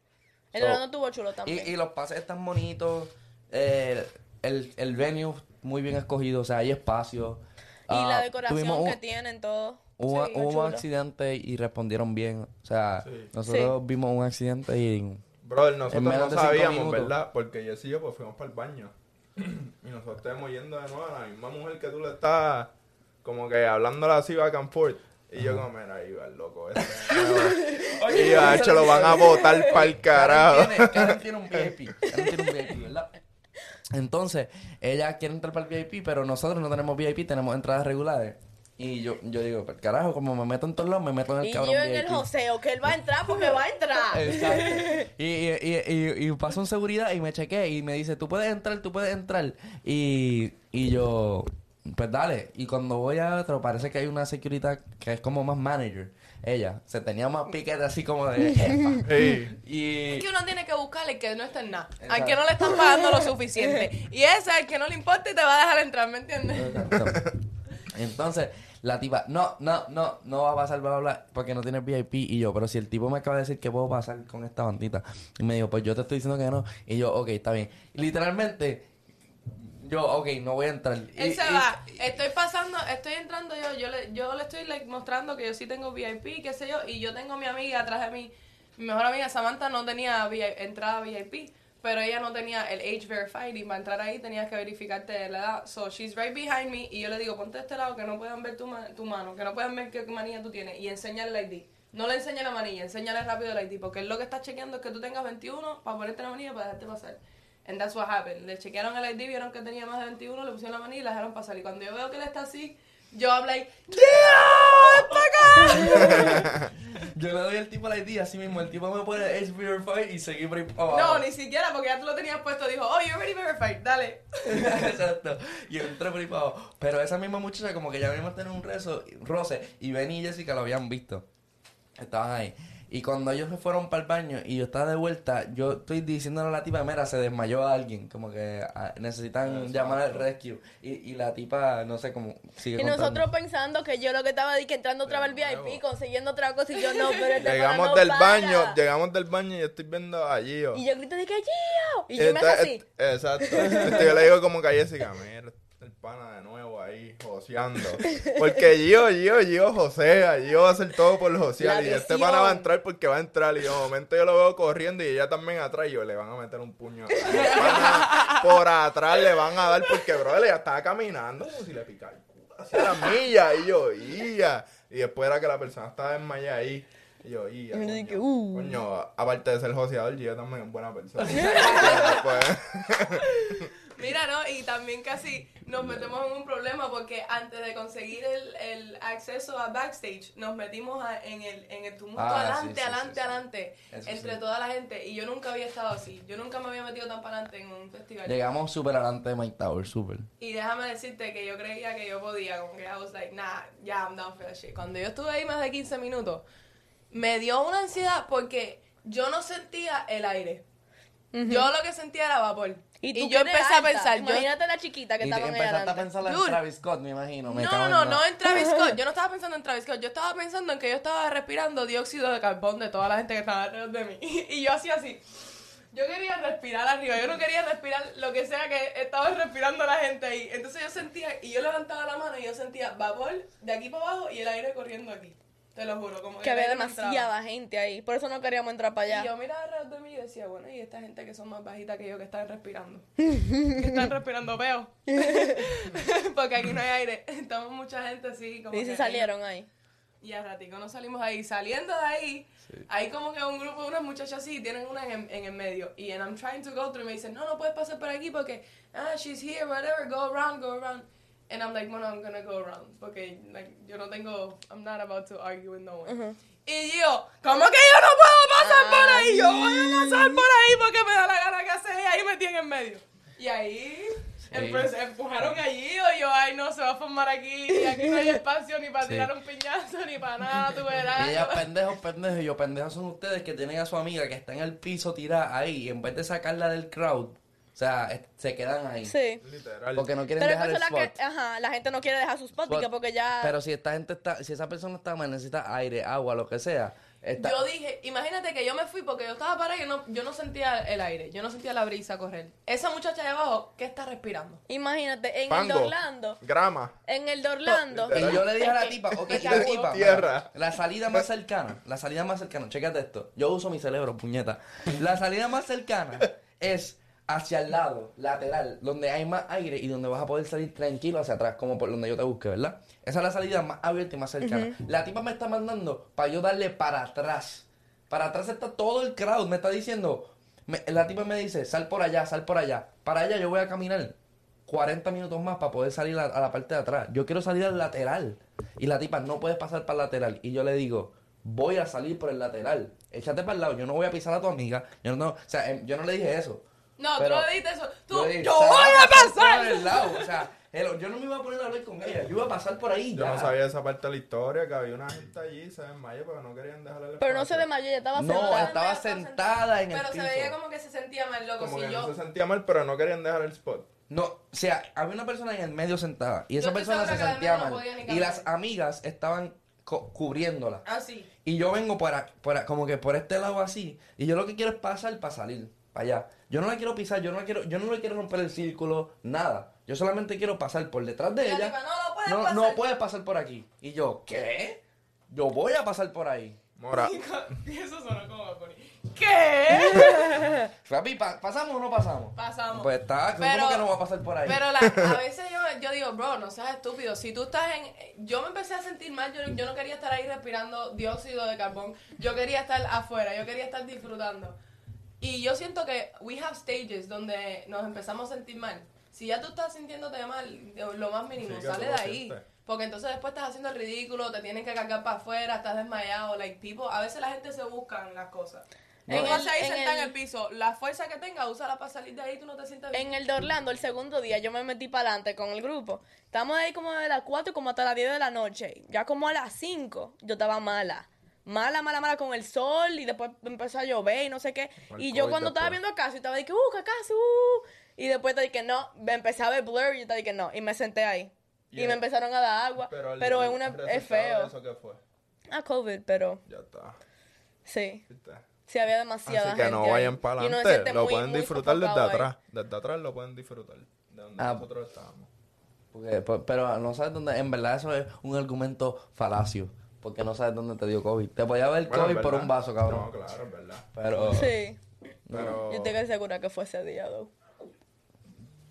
Speaker 4: El
Speaker 2: So-
Speaker 4: de Orlando estuvo chulo
Speaker 2: Oh. Y,
Speaker 4: también.
Speaker 2: y los pases están bonitos. eh, el, el venue muy bien escogido. O sea, hay espacio.
Speaker 4: Y
Speaker 2: Ah,
Speaker 4: la decoración
Speaker 2: tuvimos un,
Speaker 4: que tienen, todo.
Speaker 2: Hubo,
Speaker 4: Sí,
Speaker 2: hubo
Speaker 4: chulo.
Speaker 2: un accidente y respondieron bien. O sea,
Speaker 3: Sí.
Speaker 2: nosotros vimos un accidente y.
Speaker 3: Brother, nosotros
Speaker 2: En menos
Speaker 3: no
Speaker 2: de cinco
Speaker 3: sabíamos,
Speaker 2: minutos.
Speaker 3: ¿verdad? Porque Jess y yo pues fuimos para el baño. y nosotros estamos yendo de nuevo a la misma mujer que tú le estás como que hablándola así back and forth. Y yo como, mira, ahí va el loco este. de nuevo". y yo, "Acho, lo van a botar para el
Speaker 2: Karen
Speaker 3: carajo.
Speaker 2: tiene, Karen tiene un VIP. Karen tiene un VIP, ¿verdad? Entonces, ella quiere entrar para el VIP, pero nosotros no tenemos VIP, tenemos entradas regulares. Y yo, yo digo, "Pa'l carajo, como me meto en todos lados, me meto en el
Speaker 4: Y yo
Speaker 2: cabrón Eh,
Speaker 4: en el
Speaker 2: VIP.
Speaker 4: joseo, que él va a entrar porque va a entrar.
Speaker 2: Exacto. Y, y, y, y, y pasó un seguridad y me chequé y me dice, tú puedes entrar, tú puedes entrar. Y, y yo, Pues dale. Y cuando voy a otro, parece que hay una security que es como más manager. Ella se tenía más piquete así como de jefa.
Speaker 3: Ey,
Speaker 2: Y.
Speaker 1: Es que uno tiene que buscar el que no está en nada, al
Speaker 2: Exacto.
Speaker 1: que no le están pagando lo suficiente. Y ese es el que no le importa y te va a dejar entrar, ¿me entiendes?
Speaker 2: Exacto. Entonces, la tipa, no, no, no, no va a pasar, bla, bla, bla, porque no tienes VIP. Y yo, pero si el tipo me acaba de decir que puedo pasar con esta bandita. Y me dijo, pues yo te estoy diciendo que no. Y yo, ok, está bien. Y literalmente, yo, ok, no voy a entrar. Y-
Speaker 1: Él se
Speaker 2: y-
Speaker 1: va. Estoy pasando, estoy entrando yo, yo le, yo le estoy like, mostrando que yo sí tengo VIP, qué sé yo, y yo tengo mi amiga atrás de mí. Mi mejor amiga Samantha no tenía vi- entrada VIP, pero ella no tenía el age verified y para entrar ahí tenías que verificarte la edad. So she's right behind me y yo le digo, ponte a este lado que no puedan ver tu, ma- tu mano, que no puedan ver qué manilla tú tienes y enséñale el ID. No le enseñe la manilla, enséñale rápido el ID, porque él lo que está chequeando es que tú tengas 21 para ponerte la manilla y para dejarte pasar. And that's what happened. Le chequearon el ID, vieron que tenía más de 21, le pusieron la manilla y la dejaron pasar. Y cuando yo veo que él está así, yo hablo like, ¡Yeah! ¡Está acá!
Speaker 2: Yo le doy el tipo la idea así mismo. El tipo me pone H verified y seguí por ahí para abajo.
Speaker 1: No, ni siquiera, porque ya tú lo tenías puesto. Dijo, oh, you're already verified, dale.
Speaker 2: Exacto. Y entré por ahí para abajo. Pero esa misma muchacha, como que ya habíamos tenido un rezo, roce, y Benny y Jessica lo habían visto. Estaban ahí. Y cuando ellos se fueron para el baño y yo estaba de vuelta, yo estoy diciéndole a la tipa, mira, se desmayó alguien, como que ah, necesitan llamar al rescue. Y, y la tipa, no sé, cómo sigue
Speaker 4: Y
Speaker 2: contando.
Speaker 4: nosotros pensando que yo lo que estaba di que entrando otra vez al
Speaker 3: Pero
Speaker 4: VIP,
Speaker 3: nuevo.
Speaker 4: consiguiendo otra cosa y yo no, pero el
Speaker 3: llegamos del baño, llegamos del baño y yo estoy viendo a Gio.
Speaker 4: Y yo grito de que Gio. Y yo me hago
Speaker 3: Entonces,
Speaker 4: así.
Speaker 3: et- Exacto. Entonces yo le digo como que a Jessica, mira, el pana de nuevo ahí, joseando. Porque Gio, Gio, Gio josea, Gio va a hacer todo por
Speaker 4: La
Speaker 3: josear. Y este
Speaker 4: visión.
Speaker 3: pana va a entrar porque va a entrar. Y de momento yo lo veo corriendo y ella también atrás. Y yo, le van a meter un puño. Al pana por atrás le van a dar porque, bro, ella estaba caminando como si le picara el culo hacia la milla. Y yo, ia. Y después era que la persona estaba desmayada ahí. Y yo, ia,
Speaker 4: Y me dije,
Speaker 3: coño,
Speaker 4: "Uh".
Speaker 3: coño, aparte de ser joseador, Gio también es buena persona. Pues,
Speaker 1: Mira, ¿no? Y también casi nos metemos en un problema porque antes de conseguir el, el acceso a backstage, nos metimos a- en, el, en el tumulto
Speaker 2: Ah, sí, sí,
Speaker 1: adelante,
Speaker 2: sí,
Speaker 1: adelante,
Speaker 2: sí.
Speaker 1: adelante,
Speaker 2: Eso
Speaker 1: entre
Speaker 2: sí.
Speaker 1: toda la gente. Y yo nunca había estado así. Yo nunca me había metido tan para adelante en un festival.
Speaker 2: Llegamos súper adelante de Mike Tower, súper.
Speaker 1: Y déjame decirte que yo creía que yo podía, como que I was like, nah, yeah, I'm down for that shit. Cuando yo estuve ahí más de 15 minutos, me dio una ansiedad porque yo no sentía el aire. Yo lo que sentía era vapor.
Speaker 4: Y, tú
Speaker 1: yo
Speaker 4: que eres
Speaker 1: empecé a
Speaker 4: alta,
Speaker 1: pensar, yo,
Speaker 4: Imagínate la chiquita que
Speaker 2: Y
Speaker 4: estaba en
Speaker 2: empezaste a
Speaker 4: adelante.
Speaker 2: pensar en
Speaker 1: Dude.
Speaker 2: Travis Scott, me imagino. Me cago
Speaker 1: no,
Speaker 2: en
Speaker 1: no,
Speaker 2: la-
Speaker 1: no en Travis Scott. Yo no estaba pensando en Travis Scott. Yo estaba pensando en que yo estaba respirando dióxido de carbón de toda la gente que estaba alrededor de mí. Y yo hacía así. Yo quería respirar arriba. Yo no quería respirar lo que sea que estaba respirando la gente ahí. Entonces yo sentía, y yo levantaba la mano y yo sentía vapor de aquí para abajo y el aire corriendo aquí. Te lo juro. Como
Speaker 4: Que
Speaker 1: el
Speaker 4: había
Speaker 1: aire no entraba.
Speaker 4: demasiada gente ahí. Por eso no queríamos entrar para
Speaker 1: Y
Speaker 4: allá.
Speaker 1: yo miraba alrededor de mí y decía, bueno, y esta gente que son más bajita que yo que están respirando. que están respirando peo. Porque aquí no hay aire. Estamos mucha gente así como.
Speaker 4: Y
Speaker 1: que
Speaker 4: se
Speaker 1: ahí-
Speaker 4: salieron ahí.
Speaker 1: Y a ratico nos salimos ahí. Saliendo de ahí, hay como que un grupo de unas muchachas así tienen una en, en el medio. Y en I'm trying to go through, me dicen, no, no puedes pasar por aquí porque, ah, she's here, whatever, go around, go around. And I'm like, bueno, I'm gonna go around. Porque like, yo no tengo, I'm not about to argue with no one. Y yo, ¿cómo que yo no puedo pasar por ahí? Yo voy a pasar por ahí porque me da la gana que hacer y ahí me tienen en medio. Y ahí empe- empujaron allí o yo, ay no, se va a formar aquí y aquí no hay espacio ni para
Speaker 2: Sí.
Speaker 1: tirar un piñazo ni para nada, tú
Speaker 2: Y ella, pues
Speaker 1: verás.
Speaker 2: pendejos, pendejos, y yo, pendejos son ustedes que tienen a su amiga que está en el piso tirada ahí, y en vez de sacarla del crowd, o sea, es- se quedan ahí.
Speaker 4: Sí.
Speaker 3: literal.
Speaker 2: Porque no quieren
Speaker 4: Pero
Speaker 2: dejar
Speaker 4: entonces
Speaker 2: el
Speaker 4: la,
Speaker 2: spot.
Speaker 4: que, ah. ajá, la gente no quiere dejar sus spot,
Speaker 2: Spot.
Speaker 4: porque- porque ya...
Speaker 2: Pero si esta gente está, si esa persona está mal, necesita aire, agua, lo que sea. Está,
Speaker 1: Yo dije, imagínate que yo me fui porque yo estaba parada y yo no, yo no sentía el aire, yo no sentía la brisa correr. Esa muchacha de abajo, ¿qué está respirando?
Speaker 4: Imagínate, en el de
Speaker 3: Pango,
Speaker 4: Orlando.
Speaker 3: grama.
Speaker 4: En el de Orlando.
Speaker 2: y yo le dije a la tipa, ok,
Speaker 4: Me
Speaker 2: la
Speaker 4: cago.
Speaker 2: tipa,
Speaker 3: Tierra.
Speaker 2: mira, la salida más cercana, la salida más cercana, chécate esto, yo uso mi cerebro, puñeta. La salida más cercana es hacia el lado, lateral, donde hay más aire y donde vas a poder salir tranquilo hacia atrás, como por donde yo te busque, ¿verdad? Esa es la salida más abierta y más cercana. La tipa me está mandando para yo darle para atrás. Para atrás está todo el crowd, me está diciendo, me- la tipa me dice, sal por allá, sal por allá. Para allá yo voy a caminar 40 minutos más para poder salir a, a la parte de atrás. Yo quiero salir al lateral. Y la tipa no puede pasar para el lateral. Y yo le digo, voy a salir por el lateral. Échate para el lado. Yo no voy a pisar a tu amiga. Yo no, o sea, em, yo no le dije eso.
Speaker 1: No,
Speaker 2: Pero-
Speaker 1: tú no dijiste eso. Tú,
Speaker 2: Yo dije,
Speaker 1: yo voy a
Speaker 2: "Sal
Speaker 1: pasar.
Speaker 2: por el lado", o sea, hello, yo no me iba a poner a hablar con ella. Yo iba a pasar por ahí.
Speaker 3: Yo
Speaker 2: ya.
Speaker 3: no sabía esa parte de la historia, que había una gente allí, se desmayó, pero no querían dejarle el
Speaker 4: Pero no se
Speaker 3: espacio.
Speaker 4: desmayó, ella estaba
Speaker 2: No,
Speaker 4: sentada.
Speaker 2: hasta- Estaba sentada en el
Speaker 1: Pero se veía
Speaker 2: piso.
Speaker 1: como que se sentía mal, loco.
Speaker 3: Como
Speaker 4: Pues
Speaker 1: si
Speaker 3: que
Speaker 1: yo,
Speaker 3: no se sentía mal, pero no querían dejar el spot.
Speaker 2: No, o sea, había una persona en el medio sentada y esa
Speaker 1: estoy
Speaker 2: persona se
Speaker 1: segura que la
Speaker 2: sentía
Speaker 1: nena no
Speaker 2: mal.
Speaker 1: podía ni
Speaker 2: y
Speaker 1: caminar.
Speaker 2: las amigas estaban co- cubriéndola.
Speaker 1: así.
Speaker 2: Y yo vengo para, para, como que por este lado así. Y yo lo que quiero es pasar para salir, para allá. Yo no la quiero pisar, yo no la quiero, yo no le quiero romper el círculo, nada. Yo solamente quiero pasar por detrás de
Speaker 1: Y la
Speaker 2: ella.
Speaker 1: tipa, "No, no puedes
Speaker 2: no,
Speaker 1: pasar".
Speaker 2: no puedes pasar por aquí. Y yo, ¿qué? Yo voy a pasar por ahí.
Speaker 3: Mora,
Speaker 1: Y eso sonó como Bad Bunny. ¿Qué?
Speaker 2: Rapi, pa- ¿pasamos o no pasamos?
Speaker 1: Pasamos.
Speaker 2: Pues está, ¿cómo
Speaker 1: Pero-
Speaker 2: que no va a pasar por ahí?
Speaker 1: Pero la- a veces yo, yo digo, bro, no seas estúpido. Si tú estás en. Yo me empecé a sentir mal. Yo, yo no quería estar ahí respirando dióxido de carbón. Yo quería estar afuera. Yo quería estar disfrutando. Y yo siento que we have stages donde nos empezamos a sentir mal. Si ya tú estás sintiéndote mal, de- lo más mínimo,
Speaker 3: Sí, que
Speaker 1: sale
Speaker 3: tú
Speaker 1: de
Speaker 3: lo
Speaker 1: ahí.
Speaker 3: sientes.
Speaker 1: Porque entonces después estás haciendo el ridículo, te tienen que cargar para afuera, estás desmayado, like people. A veces la gente se buscan las cosas.
Speaker 2: No,
Speaker 1: en
Speaker 2: en-
Speaker 1: ahí
Speaker 4: en
Speaker 1: sentada en
Speaker 4: el-
Speaker 1: el piso, la fuerza que tenga, úsala para salir de ahí, tú no te sientes bien.
Speaker 4: En el de Orlando, el segundo día, yo me metí para adelante con el grupo. Estábamos ahí como de las 4 como hasta las 10 de la noche. Ya como a las 5 yo estaba mala. Mala, mala, mala con el sol y después empezó a llover y no sé qué.
Speaker 3: Alcohol
Speaker 4: Y yo cuando estaba
Speaker 3: después.
Speaker 4: viendo a Casu, estaba de que, uh, que Casu, uh. Y después te dije, no, me empecé a ver blur y yo te dije, no. Y me senté ahí. Y me
Speaker 3: Y el-
Speaker 4: empezaron a dar agua. Pero,
Speaker 3: el-
Speaker 4: es,
Speaker 3: el
Speaker 4: una, es
Speaker 3: resultado de
Speaker 4: feo.
Speaker 3: ¿Eso qué fue?
Speaker 4: Ah, COVID, pero
Speaker 3: Ya está.
Speaker 4: sí.
Speaker 3: ¿viste?
Speaker 4: Sí, había demasiada
Speaker 3: Así que no
Speaker 4: gente ahí.
Speaker 3: vayan para
Speaker 4: Y uno se
Speaker 3: adelante,
Speaker 4: siente
Speaker 3: lo
Speaker 4: muy-
Speaker 3: pueden
Speaker 4: muy
Speaker 3: disfrutar desde
Speaker 4: sofocado ahí.
Speaker 3: atrás. Desde atrás lo pueden disfrutar. De donde
Speaker 2: Ah.
Speaker 3: nosotros estábamos.
Speaker 2: Porque- po- pero no sabes dónde, en verdad eso es un argumento falacio, porque no sabes dónde te dio COVID. Te podía haber
Speaker 3: Bueno,
Speaker 2: COVID
Speaker 3: es
Speaker 2: por
Speaker 3: verdad.
Speaker 2: un vaso,
Speaker 3: No,
Speaker 2: cabrón.
Speaker 3: claro, es verdad.
Speaker 2: Pero
Speaker 4: Sí.
Speaker 3: Pero.
Speaker 4: Yo estoy segura que fue ese día, though.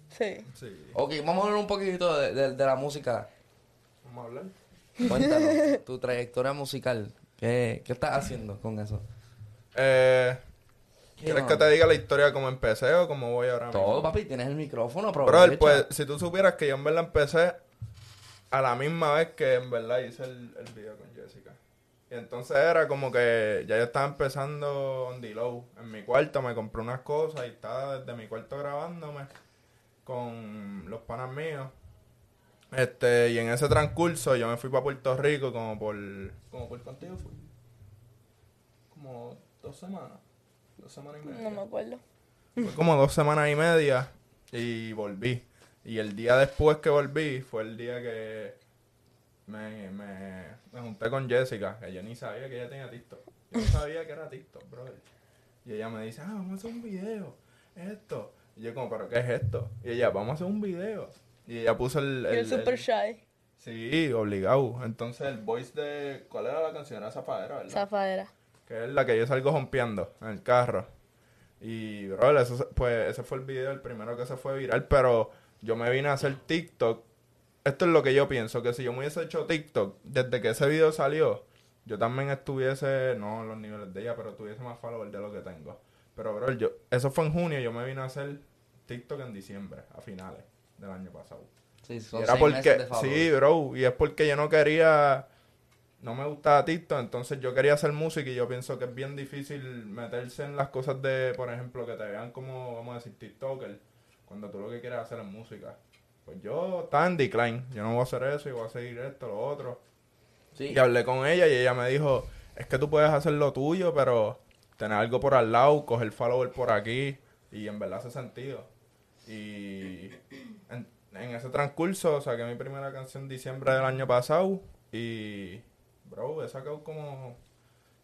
Speaker 4: Sí.
Speaker 3: Sí.
Speaker 2: Ok, vamos a hablar un poquito de, de- de la música.
Speaker 3: Vamos a hablar.
Speaker 2: Cuéntanos tu trayectoria musical. ¿Qué, qué estás haciendo con eso?
Speaker 3: Eh,
Speaker 2: ¿Qué
Speaker 3: ¿Quieres que
Speaker 2: onda?
Speaker 3: te diga la historia de cómo empecé o cómo voy ahora mismo?
Speaker 2: Todo, papi, tienes el micrófono, pero.
Speaker 3: Brother, pues, si tú supieras que yo en verdad empecé a la misma vez que en verdad hice el, el video con Jessica. Y entonces era como que ya yo estaba empezando on the low. En mi cuarto me compré unas cosas y estaba desde mi cuarto grabándome con los panas míos. Este, y en ese transcurso yo me fui para Puerto Rico como por... ¿Como por cuánto yo fui? Como dos semanas. Dos semanas y media.
Speaker 4: No me acuerdo.
Speaker 3: Fue como dos semanas y media y volví. Y el día después que volví fue el día que me, me, me junté con Jessica, que yo ni sabía que ella tenía TikTok. Yo no sabía que era TikTok, brother. Y ella me dice, ah, vamos a hacer un video, esto. Y yo como, ¿pero qué es esto? Y ella, vamos a hacer un video. Y ella puso el...
Speaker 4: Yo
Speaker 3: el-
Speaker 4: super
Speaker 3: el-
Speaker 4: shy.
Speaker 3: Sí, obligado. Entonces el voice de... ¿Cuál era la canción? Era Zafadera, ¿verdad?
Speaker 4: Zafadera.
Speaker 3: que es la que yo salgo jompeando en el carro. Y, bro, eso, se- pues, ese fue el video, el primero que se fue viral, pero yo me vine a hacer TikTok. Esto es lo que yo pienso, que si yo me hubiese hecho TikTok desde que ese video salió, yo también estuviese, no en los niveles de ella, pero tuviese más followers de lo que tengo. Pero, bro, yo, eso fue en junio, yo me vine a hacer TikTok en diciembre, a finales del año pasado.
Speaker 2: Sí,
Speaker 3: Y
Speaker 2: son
Speaker 3: era
Speaker 2: seis meses
Speaker 3: porque,
Speaker 2: de favor.
Speaker 3: sí, bro, y es porque yo no quería, no me gustaba TikTok, entonces yo quería hacer música y yo pienso que es bien difícil meterse en las cosas de, por ejemplo, que te vean como, vamos a decir, TikToker, cuando tú lo que quieres hacer es música. Pues yo estaba en decline, yo no voy a hacer eso y voy a seguir esto, lo otro.
Speaker 2: Sí.
Speaker 3: Y hablé con ella y ella me dijo, es que tú puedes hacer lo tuyo, pero tener algo por al lado, coger follower por aquí. Y en verdad hace sentido. Y en, en ese transcurso saqué mi primera canción en diciembre del año pasado. Y, bro, he sacado como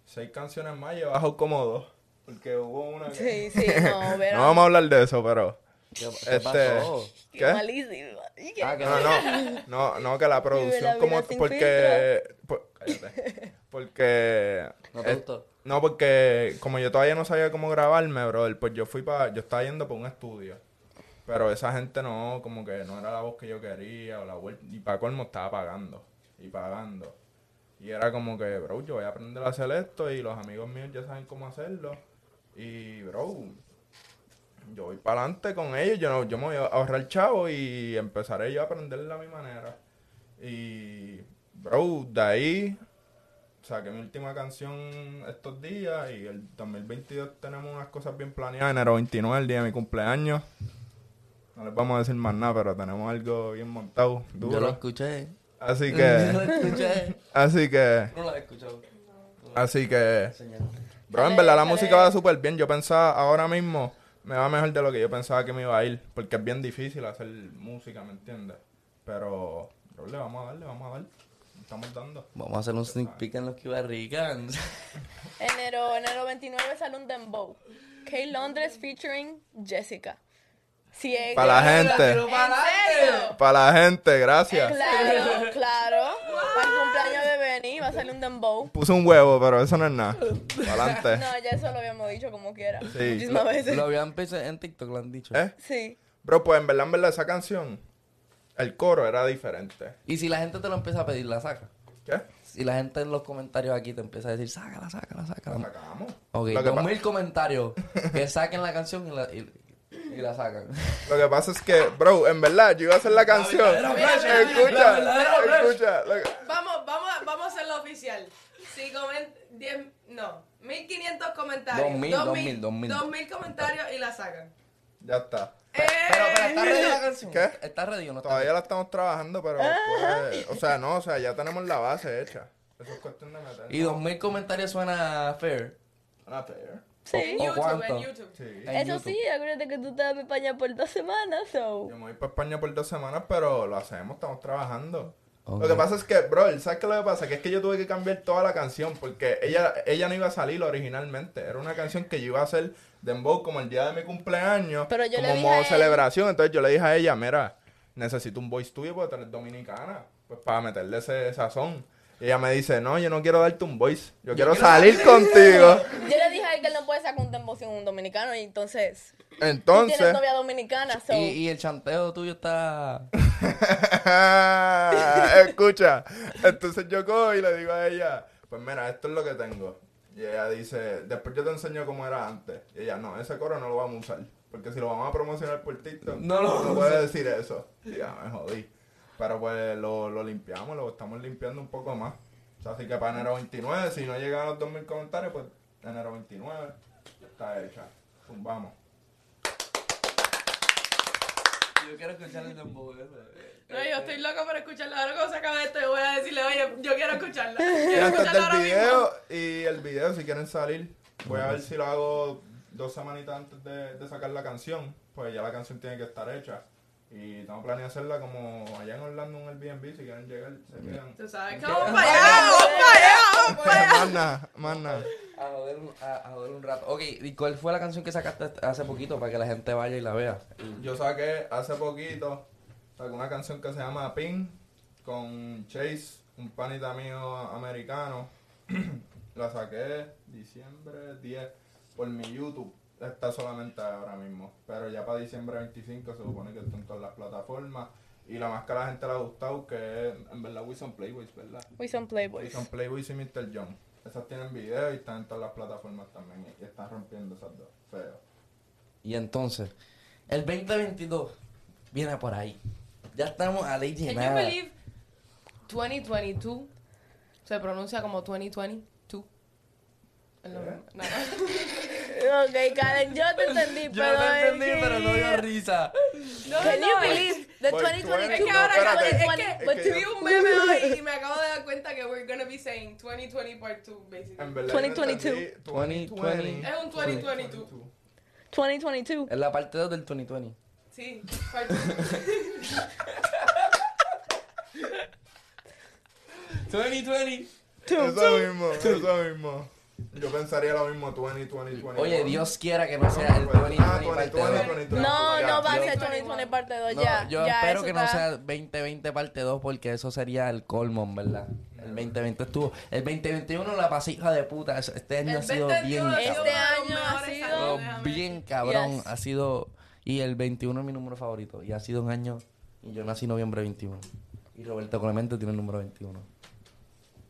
Speaker 3: seis canciones más y he bajado como dos. Porque hubo una
Speaker 4: Sí,
Speaker 3: que...
Speaker 4: sí, no,
Speaker 3: No
Speaker 4: verá.
Speaker 3: vamos a hablar de eso, pero...
Speaker 2: ¿Qué, qué
Speaker 3: Este-
Speaker 2: pasó?
Speaker 4: Qué
Speaker 3: ¿Qué?
Speaker 4: malísimo. Y que-
Speaker 2: Ah, que
Speaker 3: No,
Speaker 2: no.
Speaker 3: no, no, no, que la
Speaker 4: la
Speaker 3: producción
Speaker 4: vida
Speaker 3: como...
Speaker 4: sin
Speaker 3: Porque... por- cállate. Porque...
Speaker 2: No te
Speaker 3: eh,
Speaker 2: gustó.
Speaker 3: no, porque como yo todavía no sabía cómo grabarme, brother, pues yo fui para, yo estaba yendo para un estudio. Pero esa gente no, como que no era la voz que yo quería, o la vuelta, y para colmo estaba pagando, y pagando. Y era como que, bro, yo voy a aprender a hacer esto, y los amigos míos ya saben cómo hacerlo. Y, bro, yo voy para adelante con ellos, yo, no, yo me voy a ahorrar chavo y empezaré yo a aprender a mi manera. Y, bro, de ahí saqué mi última canción estos días y el 2022 tenemos unas cosas bien planeadas. Enero 29, el día de mi cumpleaños. No les vamos a decir más nada, pero tenemos algo bien montado,
Speaker 2: Yo lo
Speaker 3: duro.
Speaker 2: escuché.
Speaker 3: Así
Speaker 2: Yo lo
Speaker 3: que,
Speaker 2: escuché.
Speaker 3: así que,
Speaker 2: No lo he escuchado.
Speaker 3: así que,
Speaker 2: Señor.
Speaker 3: bro, en
Speaker 4: Dale,
Speaker 3: verdad la
Speaker 4: dale.
Speaker 3: música va súper bien. Yo pensaba ahora mismo me va mejor de lo que yo pensaba que me iba a ir, porque es bien difícil hacer música, ¿me entiendes? Pero, bro, le vamos a darle, vamos a darle. Estamos dando.
Speaker 2: Vamos a hacer un sneak peek en los que barrican.
Speaker 4: Enero, enero 29 sale un dembow. Kay Londres featuring Jessica. Si es-
Speaker 3: Para la gente.
Speaker 2: Pero para
Speaker 4: ¿En serio?
Speaker 3: Para la gente, gracias.
Speaker 4: Claro, claro. Para el cumpleaños de Benny va a salir un dembow.
Speaker 3: Puse un huevo, pero eso no es nada. Adelante.
Speaker 4: No, ya eso lo habíamos dicho como quiera.
Speaker 3: Sí.
Speaker 4: Muchísimas veces.
Speaker 2: Lo habían pensado en TikTok, lo han dicho.
Speaker 3: ¿Eh?
Speaker 4: Sí.
Speaker 3: Bro, pues en verdad, en verdad, esa canción, el coro era diferente.
Speaker 2: Y si la gente te lo empieza a pedir, la saca.
Speaker 3: ¿Qué?
Speaker 2: Si la gente en los comentarios aquí te empieza a decir, sácala, sácala,
Speaker 3: La
Speaker 2: sácala.
Speaker 3: sacamos.
Speaker 2: Ok,
Speaker 3: Lo, que
Speaker 2: dos
Speaker 3: pa-
Speaker 2: mil comentarios que saquen la canción y la, y, y la sacan.
Speaker 3: lo que pasa es que, bro, en verdad, yo iba a hacer la canción.
Speaker 1: flecha,
Speaker 2: la
Speaker 3: Escucha,
Speaker 2: verdadera flecha.
Speaker 3: escucha. lo que-
Speaker 1: Vamos, vamos, a- vamos a hacerlo oficial. Si comen 10, no, 1500 comentarios.
Speaker 2: 2000, 2000, 2000.
Speaker 1: 2000 comentarios y la sacan. Eh,
Speaker 3: Ya está.
Speaker 2: Pero, pero, ¿está ready la canción?
Speaker 3: ¿Qué?
Speaker 2: ¿Está ready o no está
Speaker 3: Todavía la estamos trabajando, pero pues, O sea, no, o sea, ya tenemos la base hecha. Eso es cuestión de meter.
Speaker 2: ready? Y dos mil comentarios suena fair.
Speaker 3: Not fair.
Speaker 4: Sí.
Speaker 1: en
Speaker 2: ¿O
Speaker 1: YouTube,
Speaker 2: cuánto?
Speaker 1: en YouTube.
Speaker 3: Sí.
Speaker 2: en
Speaker 4: Eso
Speaker 2: YouTube.
Speaker 4: sí, acuérdate que tú estabas en España por dos semanas, so.
Speaker 3: Yo me voy para España por dos semanas, pero lo hacemos, estamos trabajando.
Speaker 2: Ok.
Speaker 3: Lo que pasa es que, bro, ¿sabes qué lo que pasa? Que es que yo tuve que cambiar toda la canción porque ella, ella no iba a salir originalmente. Era una canción que yo iba a hacer dembow como el día de mi cumpleaños,
Speaker 4: Pero yo le
Speaker 3: como
Speaker 4: dije a él-
Speaker 3: celebración. Entonces yo le dije a ella, mira, necesito un voice tuyo porque tú eres dominicana, pues para meterle ese sazón. Y ella me dice, no, yo no quiero darte un voice, yo, quiero, salir contigo.
Speaker 4: Yo le dije a él que él no puede sacar un dembow sin un dominicano y entonces... Tú
Speaker 3: Entonces...
Speaker 4: tienes novia dominicana, so.
Speaker 2: Y, y el chanteo tuyo está.
Speaker 3: Escucha. Entonces yo cojo y le digo a ella, pues mira, esto es lo que tengo. Y ella dice, después yo te enseño cómo era antes. Y ella, no, ese coro no lo vamos a usar. Porque si lo vamos a promocionar por TikTok,
Speaker 2: No lo vamos a
Speaker 3: puedes decir eso. Y ya me jodí. Pero pues lo, lo limpiamos, lo estamos limpiando un poco más. O sea, así que para enero 29, si no llegan a los 2000 comentarios, pues enero 29 ya está hecha. Pum, vamos.
Speaker 2: Yo quiero escuchar el dembow eh,
Speaker 1: No, yo estoy loco por escucharla. Ahora cuando se acabe esto, yo voy a decirle, oye, yo quiero escucharla.
Speaker 3: Y
Speaker 1: Quiero
Speaker 3: hasta
Speaker 1: escucharla
Speaker 3: está
Speaker 1: ahora
Speaker 3: el
Speaker 1: mismo.
Speaker 3: video y el video si quieren salir. Voy a ver si lo hago dos semanitas antes de, de sacar la canción. Pues ya la canción tiene que estar hecha. Y tengo planeado hacerla como allá en Orlando en el Airbnb si quieren llegar. Se quedan.
Speaker 1: Tú sabes que vamos para allá, vamos para allá.
Speaker 3: Más nada, más nada.
Speaker 2: A joder, un- a, a joder un rato. Ok, ¿y cuál fue la canción que sacaste hace poquito para que la gente vaya y la vea?
Speaker 3: Yo saqué hace poquito saqué una canción que se llama Pin con Chase, un panita mío americano. la saqué diciembre 10 por mi YouTube. Está solamente ahora mismo. Pero ya para diciembre 25 se supone que están todas las plataformas. Y la más que a la gente le ha gustado, que es en verdad Wilson Playboys, ¿verdad?
Speaker 4: We son playboys.
Speaker 3: Wilson Playboys y Mr. John. Esas tienen video y están en todas las plataformas también. Y están rompiendo esas dos. Feo.
Speaker 2: Y entonces, el 2022 viene por ahí. Ya estamos a ley de
Speaker 1: Can you
Speaker 2: nada.
Speaker 1: believe 2022 se pronuncia como 2022? Es lo mismo. No.
Speaker 4: Ok, Karen, yo te entendí,
Speaker 2: Yo
Speaker 4: pero...
Speaker 2: lo
Speaker 4: es
Speaker 2: entendí,
Speaker 4: que-
Speaker 2: pero no dio risa.
Speaker 1: No,
Speaker 4: Can you
Speaker 1: no,
Speaker 4: believe the
Speaker 3: Boy,
Speaker 4: 2022
Speaker 1: Es que ahora
Speaker 3: Espérate.
Speaker 1: es
Speaker 3: Es
Speaker 1: que-
Speaker 3: es que
Speaker 1: Vi un meme hoy y me acabo de dar cuenta que we're gonna be saying 2020 part 2,
Speaker 3: En
Speaker 1: basically.
Speaker 3: verdad, yo no
Speaker 4: 2022.
Speaker 3: entendí. 2020.
Speaker 1: Es un 2022.
Speaker 4: 2022.
Speaker 2: Es la parte 2 del 2020.
Speaker 1: Sí, part 2.
Speaker 2: 2020.
Speaker 3: Eso mismo, eso mismo. Yo pensaría lo mismo 2020.
Speaker 2: Oye, Dios quiera que no sea el 2020
Speaker 3: Ah,
Speaker 2: parte
Speaker 3: 2020,
Speaker 2: dos.
Speaker 4: No,
Speaker 3: ya.
Speaker 4: no va a
Speaker 2: yo-
Speaker 4: ser 2020 parte 2,
Speaker 2: No,
Speaker 4: ya.
Speaker 2: yo
Speaker 4: ya,
Speaker 2: espero
Speaker 4: eso
Speaker 2: que no
Speaker 4: está-
Speaker 2: sea 2020 parte 2 porque eso sería el colmo, en ¿verdad? El 2020 estuvo. El 2021 la pasija de puta. Eso- Este año ha sido bien
Speaker 1: ha
Speaker 2: cabrón.
Speaker 1: sido uno de
Speaker 4: Este
Speaker 1: los
Speaker 4: año ha
Speaker 1: mejores
Speaker 4: sido-
Speaker 1: años,
Speaker 2: Pero
Speaker 1: déjame
Speaker 2: bien
Speaker 1: decir.
Speaker 2: cabrón.
Speaker 4: Yes.
Speaker 2: Ha sido. Y el 21 es mi número favorito. Y ha sido un año. Y yo nací noviembre 21. Y Roberto Clemente tiene el número 21.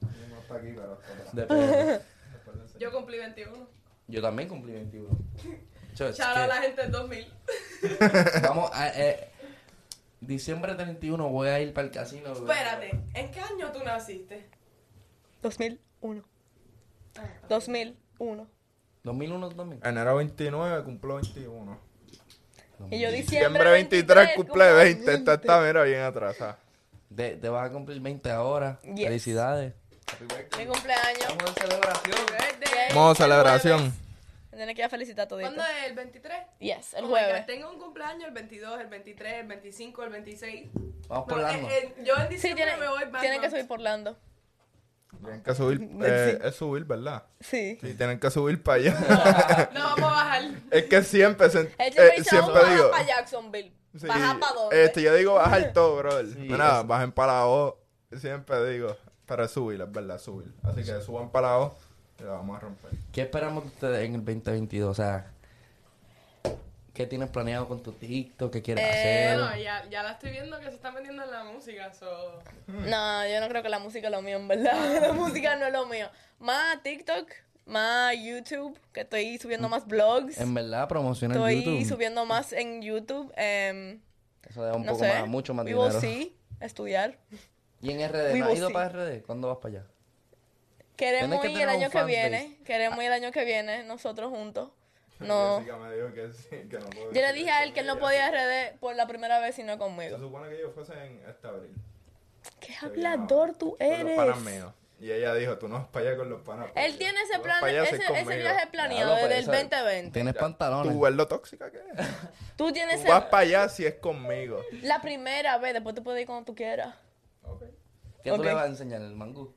Speaker 3: No está aquí, pero está atrás.
Speaker 2: De pedo.
Speaker 3: Acuérdense.
Speaker 1: Yo cumplí 21.
Speaker 2: yo también cumplí 21. Yo, es
Speaker 1: Chao a
Speaker 2: que-
Speaker 1: la gente en 2000.
Speaker 2: Vamos a. eh, diciembre 31 voy a ir para el casino.
Speaker 1: Espérate, ¿en qué año tú naciste?
Speaker 4: 2000. 1. 2001.
Speaker 2: 2001 también.
Speaker 3: Enero 29 cumplo 21.
Speaker 4: Y yo diciembre
Speaker 3: Diciembre 23 cumple 20. Esta está, mira, bien atrasada.
Speaker 2: De- te vas a cumplir 20 ahora.
Speaker 4: Yes.
Speaker 2: Felicidades.
Speaker 4: Mi cumpleaños.
Speaker 2: Estamos en celebración.
Speaker 3: Modo celebración.
Speaker 4: Tienes que ir a felicitar a todito.
Speaker 1: ¿Cuándo es el 23?
Speaker 4: Yes,
Speaker 1: Oh
Speaker 4: el
Speaker 1: my
Speaker 4: jueves.
Speaker 1: God, Tengo un cumpleaños el 22, el 23, el 25, el 26.
Speaker 2: Vamos por
Speaker 1: No,
Speaker 2: las
Speaker 1: eh, eh, yo en
Speaker 4: Sí,
Speaker 1: diciembre
Speaker 4: tienen,
Speaker 1: me voy para
Speaker 4: tienen que subir por Orlando.
Speaker 3: Tienen que subir. eh, es subir, ¿verdad?
Speaker 4: Sí.
Speaker 3: Sí, tienen que subir para allá.
Speaker 1: No, vamos a bajar.
Speaker 3: es que siempre, se-
Speaker 4: Él
Speaker 3: eh,
Speaker 4: siempre dice, vamos
Speaker 3: siempre digo.
Speaker 4: para Jacksonville.
Speaker 3: sí,
Speaker 4: Baja para dónde.
Speaker 3: Este, yo digo bajar todo, brother.
Speaker 2: Sí,
Speaker 3: Nada,
Speaker 2: es-
Speaker 3: bajen para la O. Siempre digo. Pero es subir, es verdad, es subir. Así que suban para la O y la vamos a romper.
Speaker 2: ¿Qué esperamos de ustedes en el 2022? O sea, ¿qué tienes planeado con tu TikTok? ¿Qué quieres
Speaker 4: Eh,
Speaker 2: hacer?
Speaker 1: Bueno, ya, ya la estoy viendo que se está metiendo en la música. So.
Speaker 4: No, yo no creo que la música es lo mío, en verdad. La música no es lo mío. Más TikTok, más YouTube, que estoy subiendo más vlogs.
Speaker 2: En verdad, promociona el
Speaker 4: Estoy
Speaker 2: YouTube.
Speaker 4: subiendo más en YouTube. em,
Speaker 2: Eso da un
Speaker 4: no
Speaker 2: poco
Speaker 4: sé.
Speaker 2: más, mucho más
Speaker 4: Vivo
Speaker 2: dinero.
Speaker 4: sí, estudiar.
Speaker 2: ¿Y en RD?
Speaker 4: Vivo
Speaker 2: ¿No has ido
Speaker 4: sí.
Speaker 2: para RD? ¿Cuándo vas para allá? Tienes
Speaker 4: Queremos
Speaker 2: que
Speaker 4: ir
Speaker 2: tener
Speaker 4: el
Speaker 2: un
Speaker 4: año que
Speaker 2: fan base.
Speaker 4: viene. Queremos ir el año que viene, nosotros juntos. No.
Speaker 3: Jessica me dijo que sí, que no puedo
Speaker 4: Yo le
Speaker 3: decir
Speaker 4: dije
Speaker 3: eso
Speaker 4: a él que él no
Speaker 3: ella.
Speaker 4: podía RD por la primera vez, sino
Speaker 3: Se
Speaker 4: conmigo.
Speaker 3: supone que yo fuese en este abril.
Speaker 4: ¡Qué
Speaker 3: Pero yo no,
Speaker 4: hablador tú
Speaker 3: con los
Speaker 4: eres!
Speaker 3: panas míos. Y ella dijo, tú no vas para allá con los panas.
Speaker 4: Él tiene ese
Speaker 3: Tú vas
Speaker 4: plan,
Speaker 3: para allá
Speaker 4: ese,
Speaker 3: sin
Speaker 4: ese
Speaker 3: conmigo.
Speaker 4: viaje planeado
Speaker 2: Diablo,
Speaker 4: desde el
Speaker 2: pues, esa-
Speaker 4: 2020.
Speaker 2: Tienes pantalones.
Speaker 3: ¿Tú ves lo tóxica que es?
Speaker 4: Tú tienes
Speaker 3: Tú vas para allá si es conmigo.
Speaker 4: la primera vez, después tú puedes ir cuando tú quieras.
Speaker 2: ¿Qué
Speaker 4: Ok.
Speaker 2: tú le vas a enseñar? ¿El mangú?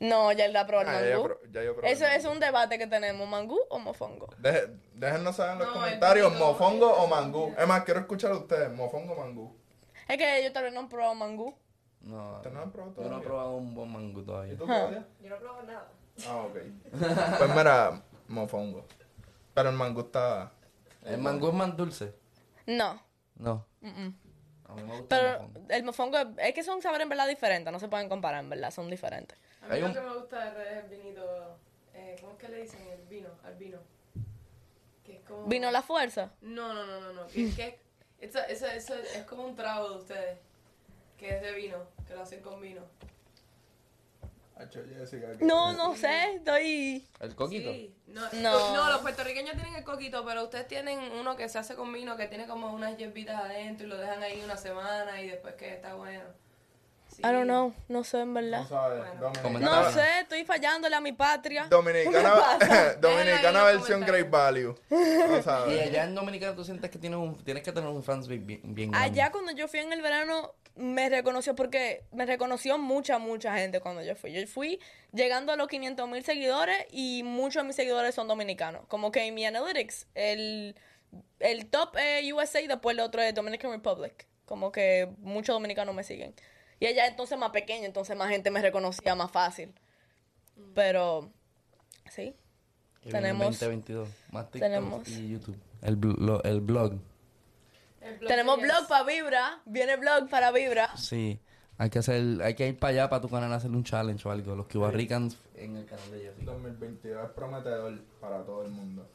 Speaker 4: No, ya él la probó el
Speaker 3: Ah, ya yo
Speaker 4: mangú.
Speaker 3: pro- ya yo probé
Speaker 4: Eso
Speaker 3: el
Speaker 4: es un debate que tenemos, mangú o mofongo.
Speaker 3: Deje- déjennos saber en los
Speaker 1: No, el
Speaker 3: comentarios,
Speaker 1: mangú.
Speaker 3: mofongo o mangú. Es más, quiero escuchar a ustedes, mofongo o mangú.
Speaker 4: Es que yo tal vez no he probado mangú.
Speaker 2: No.
Speaker 3: ¿Ustedes no han probado
Speaker 2: Yo no he
Speaker 3: todavía?
Speaker 2: probado un buen mangú
Speaker 3: ¿Y
Speaker 2: todavía.
Speaker 3: tú, Claudia?
Speaker 1: Yo no probo nada.
Speaker 3: Ah, ok. Pues mira, mofongo. Pero el mangú está...
Speaker 2: ¿El mangú es más dulce?
Speaker 4: No.
Speaker 2: No.
Speaker 4: mm-mm.
Speaker 2: A mí me gusta el
Speaker 4: Pero
Speaker 2: mofongo.
Speaker 4: el mofongo es- es que son sabores en verdad diferentes, no se pueden comparar en verdad, son diferentes.
Speaker 1: A mí
Speaker 2: Hay
Speaker 1: lo
Speaker 2: un-
Speaker 1: que me gusta de redes es el vinito. Eh, ¿Cómo es que le dicen? El vino, al vino. Que es como.
Speaker 4: Vino la fuerza.
Speaker 1: No, no, no, no, no. Que, que eso, eso, eso es como un trago de ustedes. Que es de vino, que lo hacen con vino.
Speaker 3: Acho, Jessica, que-
Speaker 4: No, no sé, estoy...
Speaker 2: ¿El coquito?
Speaker 1: Sí. No,
Speaker 4: No.
Speaker 1: no. los puertorriqueños tienen el coquito, pero ustedes tienen uno que se hace con vino, que tiene como unas hierbitas adentro y lo dejan ahí una semana y después que está bueno. Sí.
Speaker 4: I don't know, no sé en
Speaker 3: No
Speaker 4: verdad.
Speaker 3: sabes,
Speaker 1: Bueno.
Speaker 3: dominicana.
Speaker 4: No sé, estoy fallándole a mi patria.
Speaker 3: Dominicana,
Speaker 1: Déjalo
Speaker 3: dominicana
Speaker 1: ahí en los
Speaker 3: versión Great
Speaker 1: comentarios.
Speaker 3: Value. No
Speaker 2: Y
Speaker 3: sabes.
Speaker 2: allá en Dominicana tú sientes que tienes, un, tienes que tener un fans bien, bien bien grande.
Speaker 4: Allá cuando yo fui en el verano me reconoció porque me reconoció mucha, mucha gente cuando yo fui. Yo fui llegando a los 500 mil seguidores y muchos de mis seguidores son dominicanos. Como que en mi analytics, el, el top es USA y después el otro es Dominican Republic. Como que muchos dominicanos me siguen. Y allá entonces más pequeño, entonces más gente me reconocía más fácil. Mm. Pero, sí.
Speaker 2: Que viene en
Speaker 4: tenemos-
Speaker 2: 2022. Más TikTok
Speaker 4: tenemos-
Speaker 2: y YouTube. El, bl- lo- el blog.
Speaker 1: El blog
Speaker 4: Tenemos
Speaker 1: que-
Speaker 4: blog para Vibra. Viene blog para Vibra.
Speaker 2: Sí. Hay que hacer, hay que ir para allá para tu canal a hacer un challenge o algo. Los cubarricans en el canal de Jessica.
Speaker 3: 2022 es prometedor para todo el mundo.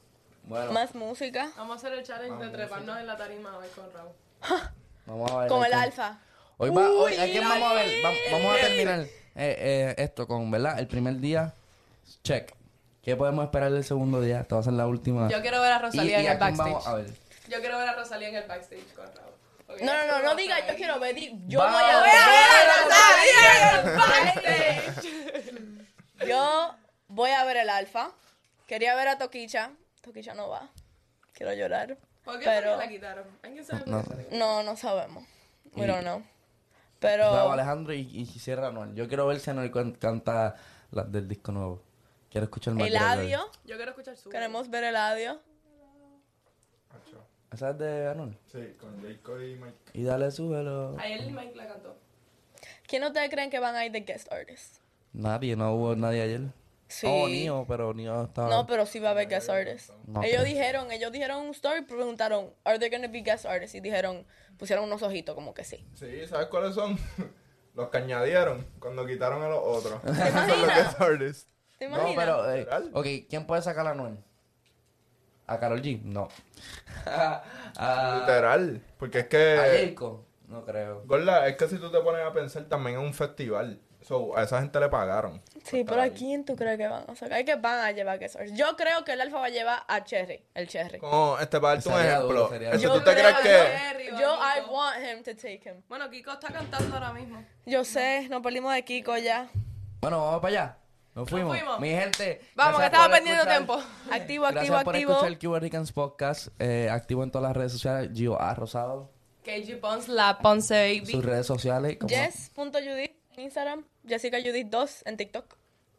Speaker 2: Bueno,
Speaker 4: Más música.
Speaker 1: Vamos a hacer el challenge de treparnos en la tarima hoy con Raúl.
Speaker 2: vamos a ver.
Speaker 4: Con el
Speaker 2: hay que-
Speaker 4: alfa.
Speaker 2: Hoy va, hoy,
Speaker 4: Uy,
Speaker 2: ¿a quién vamos a ver? Va- vamos a terminar eh, eh, esto con, ¿verdad? El primer día, check. ¿Qué podemos esperar del segundo día? Esta va a ser la última.
Speaker 1: Yo quiero ver a
Speaker 2: Y-
Speaker 1: Rosalía
Speaker 2: y
Speaker 1: en el
Speaker 2: a quién
Speaker 1: backstage.
Speaker 2: vamos a ver.
Speaker 1: Yo quiero ver a Rosalía en el backstage con Raúl. Porque
Speaker 4: No, no,
Speaker 1: eso
Speaker 4: no,
Speaker 1: lo
Speaker 4: no
Speaker 1: vas a
Speaker 4: diga
Speaker 1: ver.
Speaker 4: yo quiero ver. di- Yo
Speaker 2: Vamos
Speaker 4: voy
Speaker 2: a
Speaker 4: a
Speaker 2: ver
Speaker 4: ver el backstage. Yo voy a ver el alfa. Quería ver a Toquicha. Toquicha no va. Quiero llorar.
Speaker 1: ¿Por qué
Speaker 4: Pero
Speaker 1: pero... la quitaron? ¿Alguien sabe por qué
Speaker 2: No.
Speaker 1: se la quitaron?
Speaker 4: no, no sabemos.
Speaker 2: Y-
Speaker 4: We don't know.
Speaker 2: Raúl
Speaker 4: Pero
Speaker 2: Alejandro y, y Sierra Anuel. Yo quiero ver si Anuel can- canta la, del disco nuevo. Quiero escuchar más.
Speaker 4: el adio.
Speaker 1: Yo quiero escuchar su.
Speaker 4: Queremos ver el adio.
Speaker 3: Acho.
Speaker 2: ¿Esa es de Anuel?
Speaker 3: Sí, con Jacob y Mike.
Speaker 2: Y dale súbelo.
Speaker 1: Ayer Mike la cantó.
Speaker 4: ¿Quién ustedes creen que van a ir de guest artists?
Speaker 2: Nadie, no hubo nadie ayer.
Speaker 4: Sí.
Speaker 2: Oh, Nio, pero Nio estaba.
Speaker 4: No, pero sí va a haber guest artists.
Speaker 2: No
Speaker 4: ellos
Speaker 2: creo.
Speaker 4: dijeron, ellos dijeron un story, preguntaron, ¿Are there gonna be guest artists? Y dijeron, pusieron unos ojitos como que sí.
Speaker 3: Sí, ¿sabes cuáles son? Los que añadieron cuando quitaron a los otros. Esos son los
Speaker 4: imaginas?
Speaker 3: guest artists.
Speaker 4: ¿Te
Speaker 2: No,
Speaker 4: imaginas?
Speaker 2: pero. eh,
Speaker 3: Literal.
Speaker 2: ok, ¿quién puede sacar a Anuel? ¿A Carol G? No. a,
Speaker 3: Literal. Porque es
Speaker 2: ¿A
Speaker 3: que.
Speaker 2: Jericho? No creo.
Speaker 3: Gorda, es que si tú te pones a pensar también en un festival. So, a esa gente le pagaron.
Speaker 4: Sí,
Speaker 3: por
Speaker 4: pero
Speaker 3: estar
Speaker 4: ¿a
Speaker 3: ahí.
Speaker 4: quién tú crees que van a sacar? ¿Qué van a llevar que source? Yo creo que el alfa va a llevar a Cherry, el Cherry.
Speaker 3: Como, este, para darte un
Speaker 2: Sería duro,
Speaker 3: ejemplo.
Speaker 2: sería
Speaker 3: Este,
Speaker 2: duro.
Speaker 3: ¿Tú te
Speaker 1: Yo
Speaker 3: crees
Speaker 1: creo
Speaker 3: que...?
Speaker 1: que-
Speaker 4: Yo, I want him to take him.
Speaker 1: Bueno, Kiko está cantando ahora mismo.
Speaker 4: Yo sé, nos perdimos de Kiko ya.
Speaker 2: Bueno, vamos para allá. Nos fuimos.
Speaker 1: fuimos.
Speaker 2: Mi gente.
Speaker 1: Vamos, que
Speaker 2: gracias
Speaker 1: estaba
Speaker 2: por
Speaker 1: perdiendo
Speaker 2: escuchar.
Speaker 1: tiempo.
Speaker 4: Activo, activo,
Speaker 2: Gracias por
Speaker 4: activo.
Speaker 2: escuchar el Cuba Ricans Podcast. eh, activo en todas las redes sociales. Gio A. Rosado.
Speaker 1: KG Pons, la Ponce Baby.
Speaker 2: Sus redes sociales. como-
Speaker 4: Jess.judith en Instagram. Jessica Judith 2 en TikTok.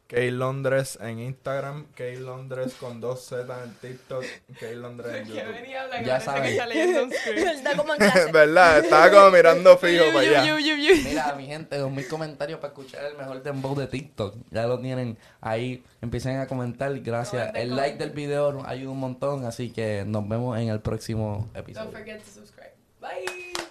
Speaker 3: Kay Londres en Instagram, Kay Londres con dos Z en TikTok, Kay Londres en
Speaker 1: Que
Speaker 3: YouTube.
Speaker 1: venía habla que
Speaker 2: Ya
Speaker 1: parece
Speaker 2: saben.
Speaker 1: que está leyendo un script.
Speaker 4: Está como en clase.
Speaker 3: ¿Verdad? Estaba como mirando fijo para allá.
Speaker 2: Mira, mi gente, dos mil comentarios para escuchar el mejor dembow de TikTok. Ya lo tienen ahí. Empiecen a comentar. Gracias.
Speaker 1: Comenten,
Speaker 2: El like del video nos ayuda un montón. Así que nos vemos en el próximo
Speaker 1: Don't
Speaker 2: episodio.
Speaker 1: forget to subscribe. Bye.